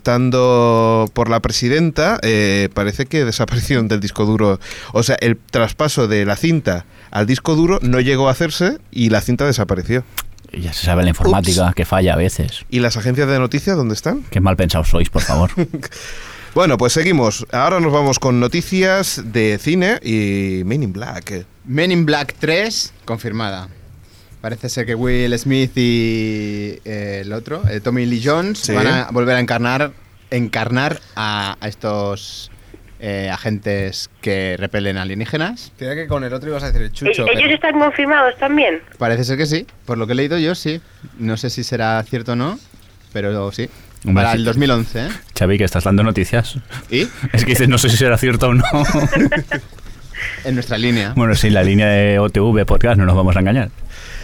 Speaker 2: protestando por la presidenta eh, parece que <laughs> desaparecieron del disco duro. O sea, el traspaso de la cinta al disco duro no llegó a hacerse y la cinta desapareció.
Speaker 3: <laughs> Ya se sabe la informática que falla a veces.
Speaker 2: ¿Y las agencias de noticias dónde están?
Speaker 3: Qué mal pensados sois, por favor.
Speaker 2: Bueno, pues seguimos. Ahora nos vamos con noticias de cine y Men in Black.
Speaker 6: Men in Black 3, confirmada. Parece ser que Will Smith y eh, el otro, eh, Tommy Lee Jones,
Speaker 2: Sí.
Speaker 6: van a volver a encarnar, encarnar a, a estos eh, agentes que repelen alienígenas.
Speaker 5: Tenía que con el otro ibas a decir el
Speaker 4: ¿E-
Speaker 5: chucho.
Speaker 4: ¿Ellos
Speaker 2: eh.
Speaker 5: pero-
Speaker 4: están confirmados
Speaker 2: <laughs>
Speaker 4: también?
Speaker 6: Parece ser que sí, por lo que he leído yo sí. No sé si será cierto o no, pero sí.
Speaker 3: Hombre,
Speaker 6: Para
Speaker 3: sí.
Speaker 6: el 2011, ¿eh?
Speaker 3: Xavi, que estás dando noticias.
Speaker 6: Y
Speaker 3: Es que dices, no sé si será cierto o no.
Speaker 6: en nuestra línea.
Speaker 3: bueno, sí, la línea de OTV podcast, no nos vamos a engañar.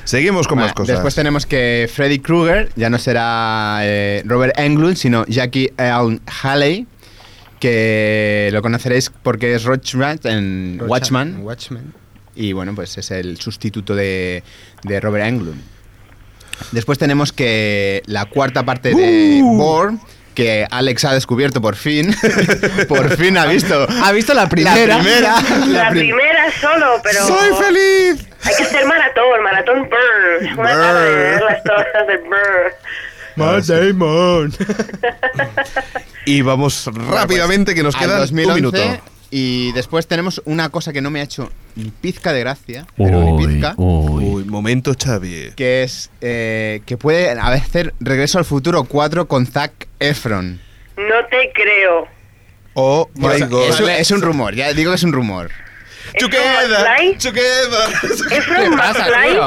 Speaker 2: Seguimos con
Speaker 6: Bueno,
Speaker 2: más Pues cosas.
Speaker 6: Después tenemos que Freddy Krueger ya no será eh, Robert Englund, sino Jackie Earl Haley, que lo conoceréis porque es Rorschach en
Speaker 5: Rocha-
Speaker 6: Watchman,
Speaker 5: Watchman.
Speaker 6: y bueno, pues es el sustituto de, de Robert Englund. Después tenemos que la cuarta parte de Bourne, que Alex ha descubierto por fin. <laughs> por fin ha visto.
Speaker 5: Ha visto la primera.
Speaker 6: La primera.
Speaker 4: La,
Speaker 6: La prim-
Speaker 4: primera solo, pero...
Speaker 2: ¡Soy feliz!
Speaker 4: Hay que hacer maratón, maratón burn. Una
Speaker 2: Burn.
Speaker 4: tarde de ver las tortas de burn.
Speaker 5: Matt Damon.
Speaker 2: Y vamos rápidamente, que nos
Speaker 6: pues, al
Speaker 2: quedan
Speaker 6: 2011,
Speaker 2: un minuto.
Speaker 6: Y después tenemos una cosa que no me ha hecho ni pizca de gracia, pero ni
Speaker 3: Uy,
Speaker 6: pizca,
Speaker 3: uy.
Speaker 2: Uy, momento, Xavi.
Speaker 6: que es eh, que puede hacer Regreso al Futuro 4 con Zac Efron.
Speaker 4: No te creo.
Speaker 2: Oh
Speaker 6: O
Speaker 2: my
Speaker 6: sea,
Speaker 2: god.
Speaker 6: Es, un- es un rumor, ya digo que es un rumor.
Speaker 4: Este
Speaker 2: Together,
Speaker 4: McFly?
Speaker 5: <laughs>
Speaker 2: together.
Speaker 4: <laughs> ¿Es Frank McFly?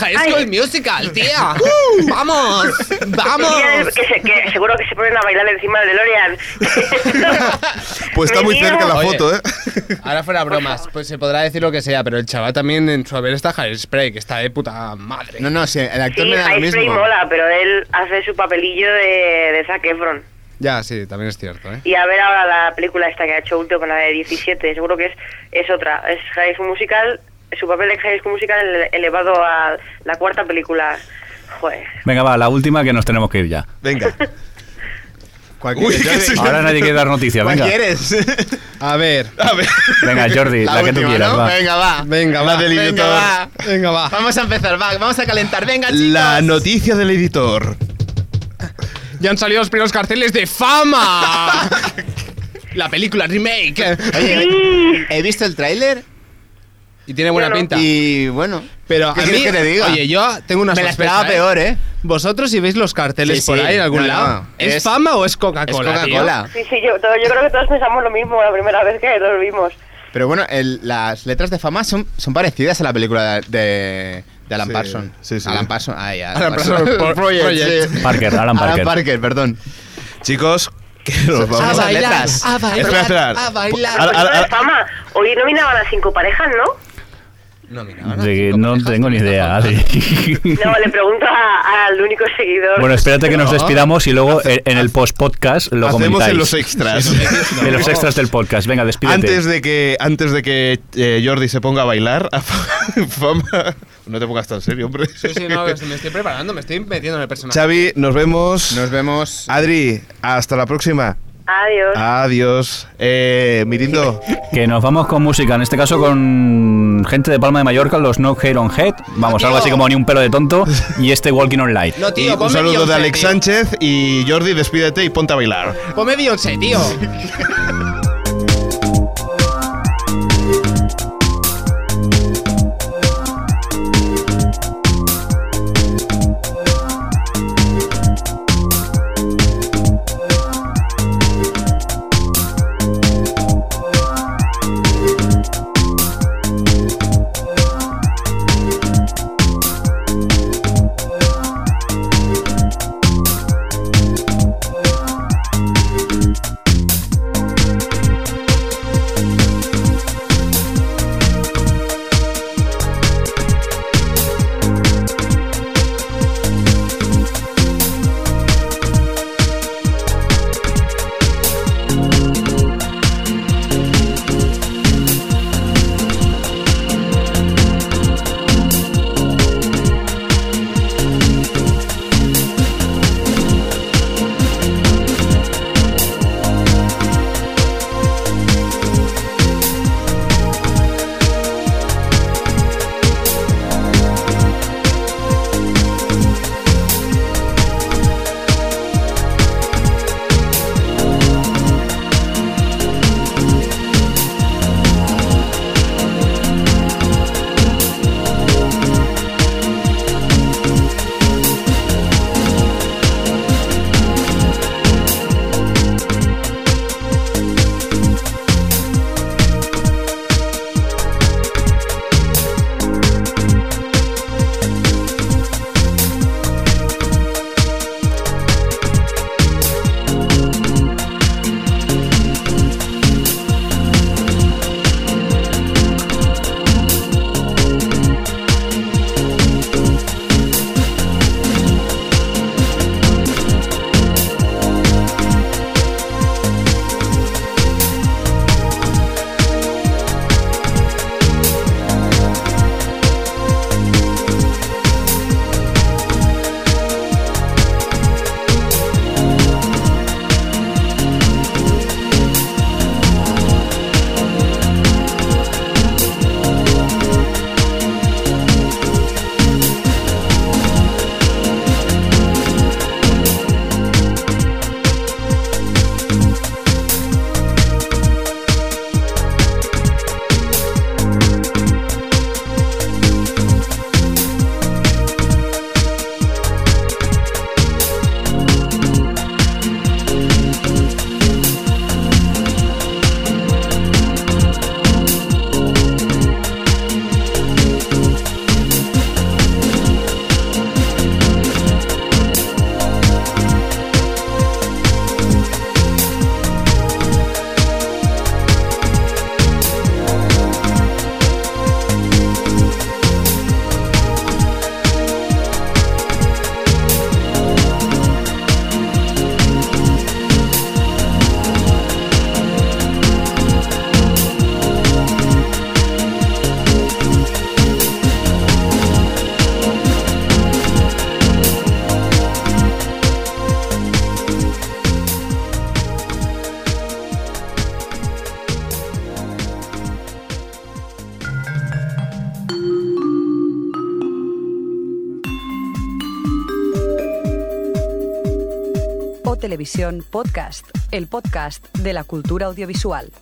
Speaker 4: Ay,
Speaker 5: Musical, <laughs> tía. Uh. ¡Vamos!
Speaker 4: y el- Que, se- que seguro que se ponen a bailar encima del DeLorean.
Speaker 2: Pues está
Speaker 4: Me
Speaker 2: muy
Speaker 4: niego.
Speaker 2: cerca la
Speaker 5: Oye.
Speaker 2: foto, ¿eh? <laughs>
Speaker 5: Ahora fuera bromas, pues se podrá decir lo que sea, pero el chaval también en su haber está Harry Spray, que está de puta madre.
Speaker 6: No, no, sí, el actor
Speaker 4: Sí,
Speaker 6: me da lo
Speaker 4: Ice Frame
Speaker 6: mismo.
Speaker 4: mola, pero él hace su papelillo de, de Zac Efron.
Speaker 5: Ya, sí, también es cierto, ¿eh?
Speaker 4: Y a ver ahora la película esta que ha hecho último, la de 17, seguro que es, es otra. Es High School Musical, su papel de High School Musical ele- elevado a la cuarta película. Joder.
Speaker 3: Venga, va, la última que nos tenemos que ir ya.
Speaker 6: <laughs>
Speaker 2: Venga.
Speaker 6: Cualquier-
Speaker 2: Uy, que
Speaker 6: <laughs>
Speaker 2: sí.
Speaker 3: Ahora nadie quiere dar noticias,
Speaker 6: ¿Cuál
Speaker 3: Ah, venga.
Speaker 6: <laughs> quieres?
Speaker 5: A ver,
Speaker 2: A ver.
Speaker 3: Venga, Jordi, la, que tú
Speaker 6: última,
Speaker 3: quieras,
Speaker 6: ¿no?
Speaker 3: va.
Speaker 6: Venga, va.
Speaker 5: venga, va.
Speaker 6: La del
Speaker 5: venga,
Speaker 6: editor.
Speaker 5: va. Venga, va.
Speaker 6: Vamos a empezar, va, vamos a calentar. Venga, chicos.
Speaker 2: La noticia del editor.
Speaker 5: Ya han salido los primeros carteles de <laughs> fama. La película remake. <laughs>
Speaker 6: Oye, he visto el tráiler
Speaker 5: Y tiene buena
Speaker 4: Bueno.
Speaker 5: pinta.
Speaker 6: y bueno,
Speaker 5: pero
Speaker 6: ¿qué
Speaker 5: a mí,
Speaker 6: quieres que te diga?
Speaker 5: oye, yo tengo una
Speaker 6: me la
Speaker 5: sospecha,
Speaker 6: esperaba
Speaker 5: ¿eh?
Speaker 6: peor, ¿eh?
Speaker 5: Vosotros si veis los carteles
Speaker 6: Sí,
Speaker 5: por
Speaker 6: sí.
Speaker 5: ahí en algún
Speaker 6: No,
Speaker 5: lado,
Speaker 6: no.
Speaker 5: ¿es,
Speaker 6: Es-
Speaker 5: fama o es
Speaker 6: Es
Speaker 5: Coca-Cola? tío?
Speaker 6: Coca-Cola.
Speaker 4: Sí, sí, yo, todo- yo creo que todos pensamos lo mismo la primera vez que los vimos.
Speaker 6: Pero bueno, el- las letras de fama son, son parecidas a la película de, de- de Alan
Speaker 2: Sí,
Speaker 6: Parsons.
Speaker 2: sí, sí.
Speaker 6: Alan Parsons, ay, Alan,
Speaker 5: Alan
Speaker 6: Parsons. <laughs>
Speaker 5: Parsons Pro-
Speaker 6: Project,
Speaker 5: Project.
Speaker 6: sí.
Speaker 3: Parker, Alan Parker.
Speaker 6: perdón.
Speaker 2: Chicos, que nos
Speaker 6: Ah,
Speaker 2: vamos.
Speaker 6: vale. bailar, a
Speaker 2: Espera, espera. Ahora,
Speaker 4: Pues
Speaker 2: ahora,
Speaker 4: no es
Speaker 2: ahora.
Speaker 4: fama. Hoy nominaban a cinco parejas, ¿no?
Speaker 5: No, mira,
Speaker 3: De que no tengo ni idea. sí.
Speaker 4: No, le pregunto a- al único
Speaker 3: <laughs>
Speaker 4: seguidor.
Speaker 3: Bueno, espérate que nos despidamos y luego en en el post-podcast lo
Speaker 2: Hacemos
Speaker 3: comentáis.
Speaker 2: en los
Speaker 3: <laughs>
Speaker 2: extras.
Speaker 3: En los extras del podcast. Venga, despídete.
Speaker 2: Antes de que, antes de que eh, Jordi se ponga a bailar, a fa- <laughs> fama. No te pongas tan serio, hombre.
Speaker 5: Sí, sí, no, me estoy preparando, me estoy metiendo en el personaje.
Speaker 2: Xavi, nos vemos.
Speaker 6: Nos vemos.
Speaker 2: Adri, hasta la próxima.
Speaker 4: Adiós.
Speaker 3: Ah,
Speaker 2: Adiós. Eh, Mirindo,
Speaker 3: Que nos vamos con música, en este caso con gente de Palma de Mallorca, los No Hair on Head. Vamos, algo así como ni un pelo de tonto. Y este Walking on Light.
Speaker 5: No,
Speaker 2: y
Speaker 5: <laughs> tío,
Speaker 2: un
Speaker 5: ponme
Speaker 2: saludo de
Speaker 5: Beyoncé,
Speaker 2: Alex
Speaker 5: tío.
Speaker 2: Sánchez y Jordi, despídete y ponte a bailar.
Speaker 5: Ponme Beyoncé, tío.
Speaker 1: Televisión Podcast, el podcast de la cultura audiovisual.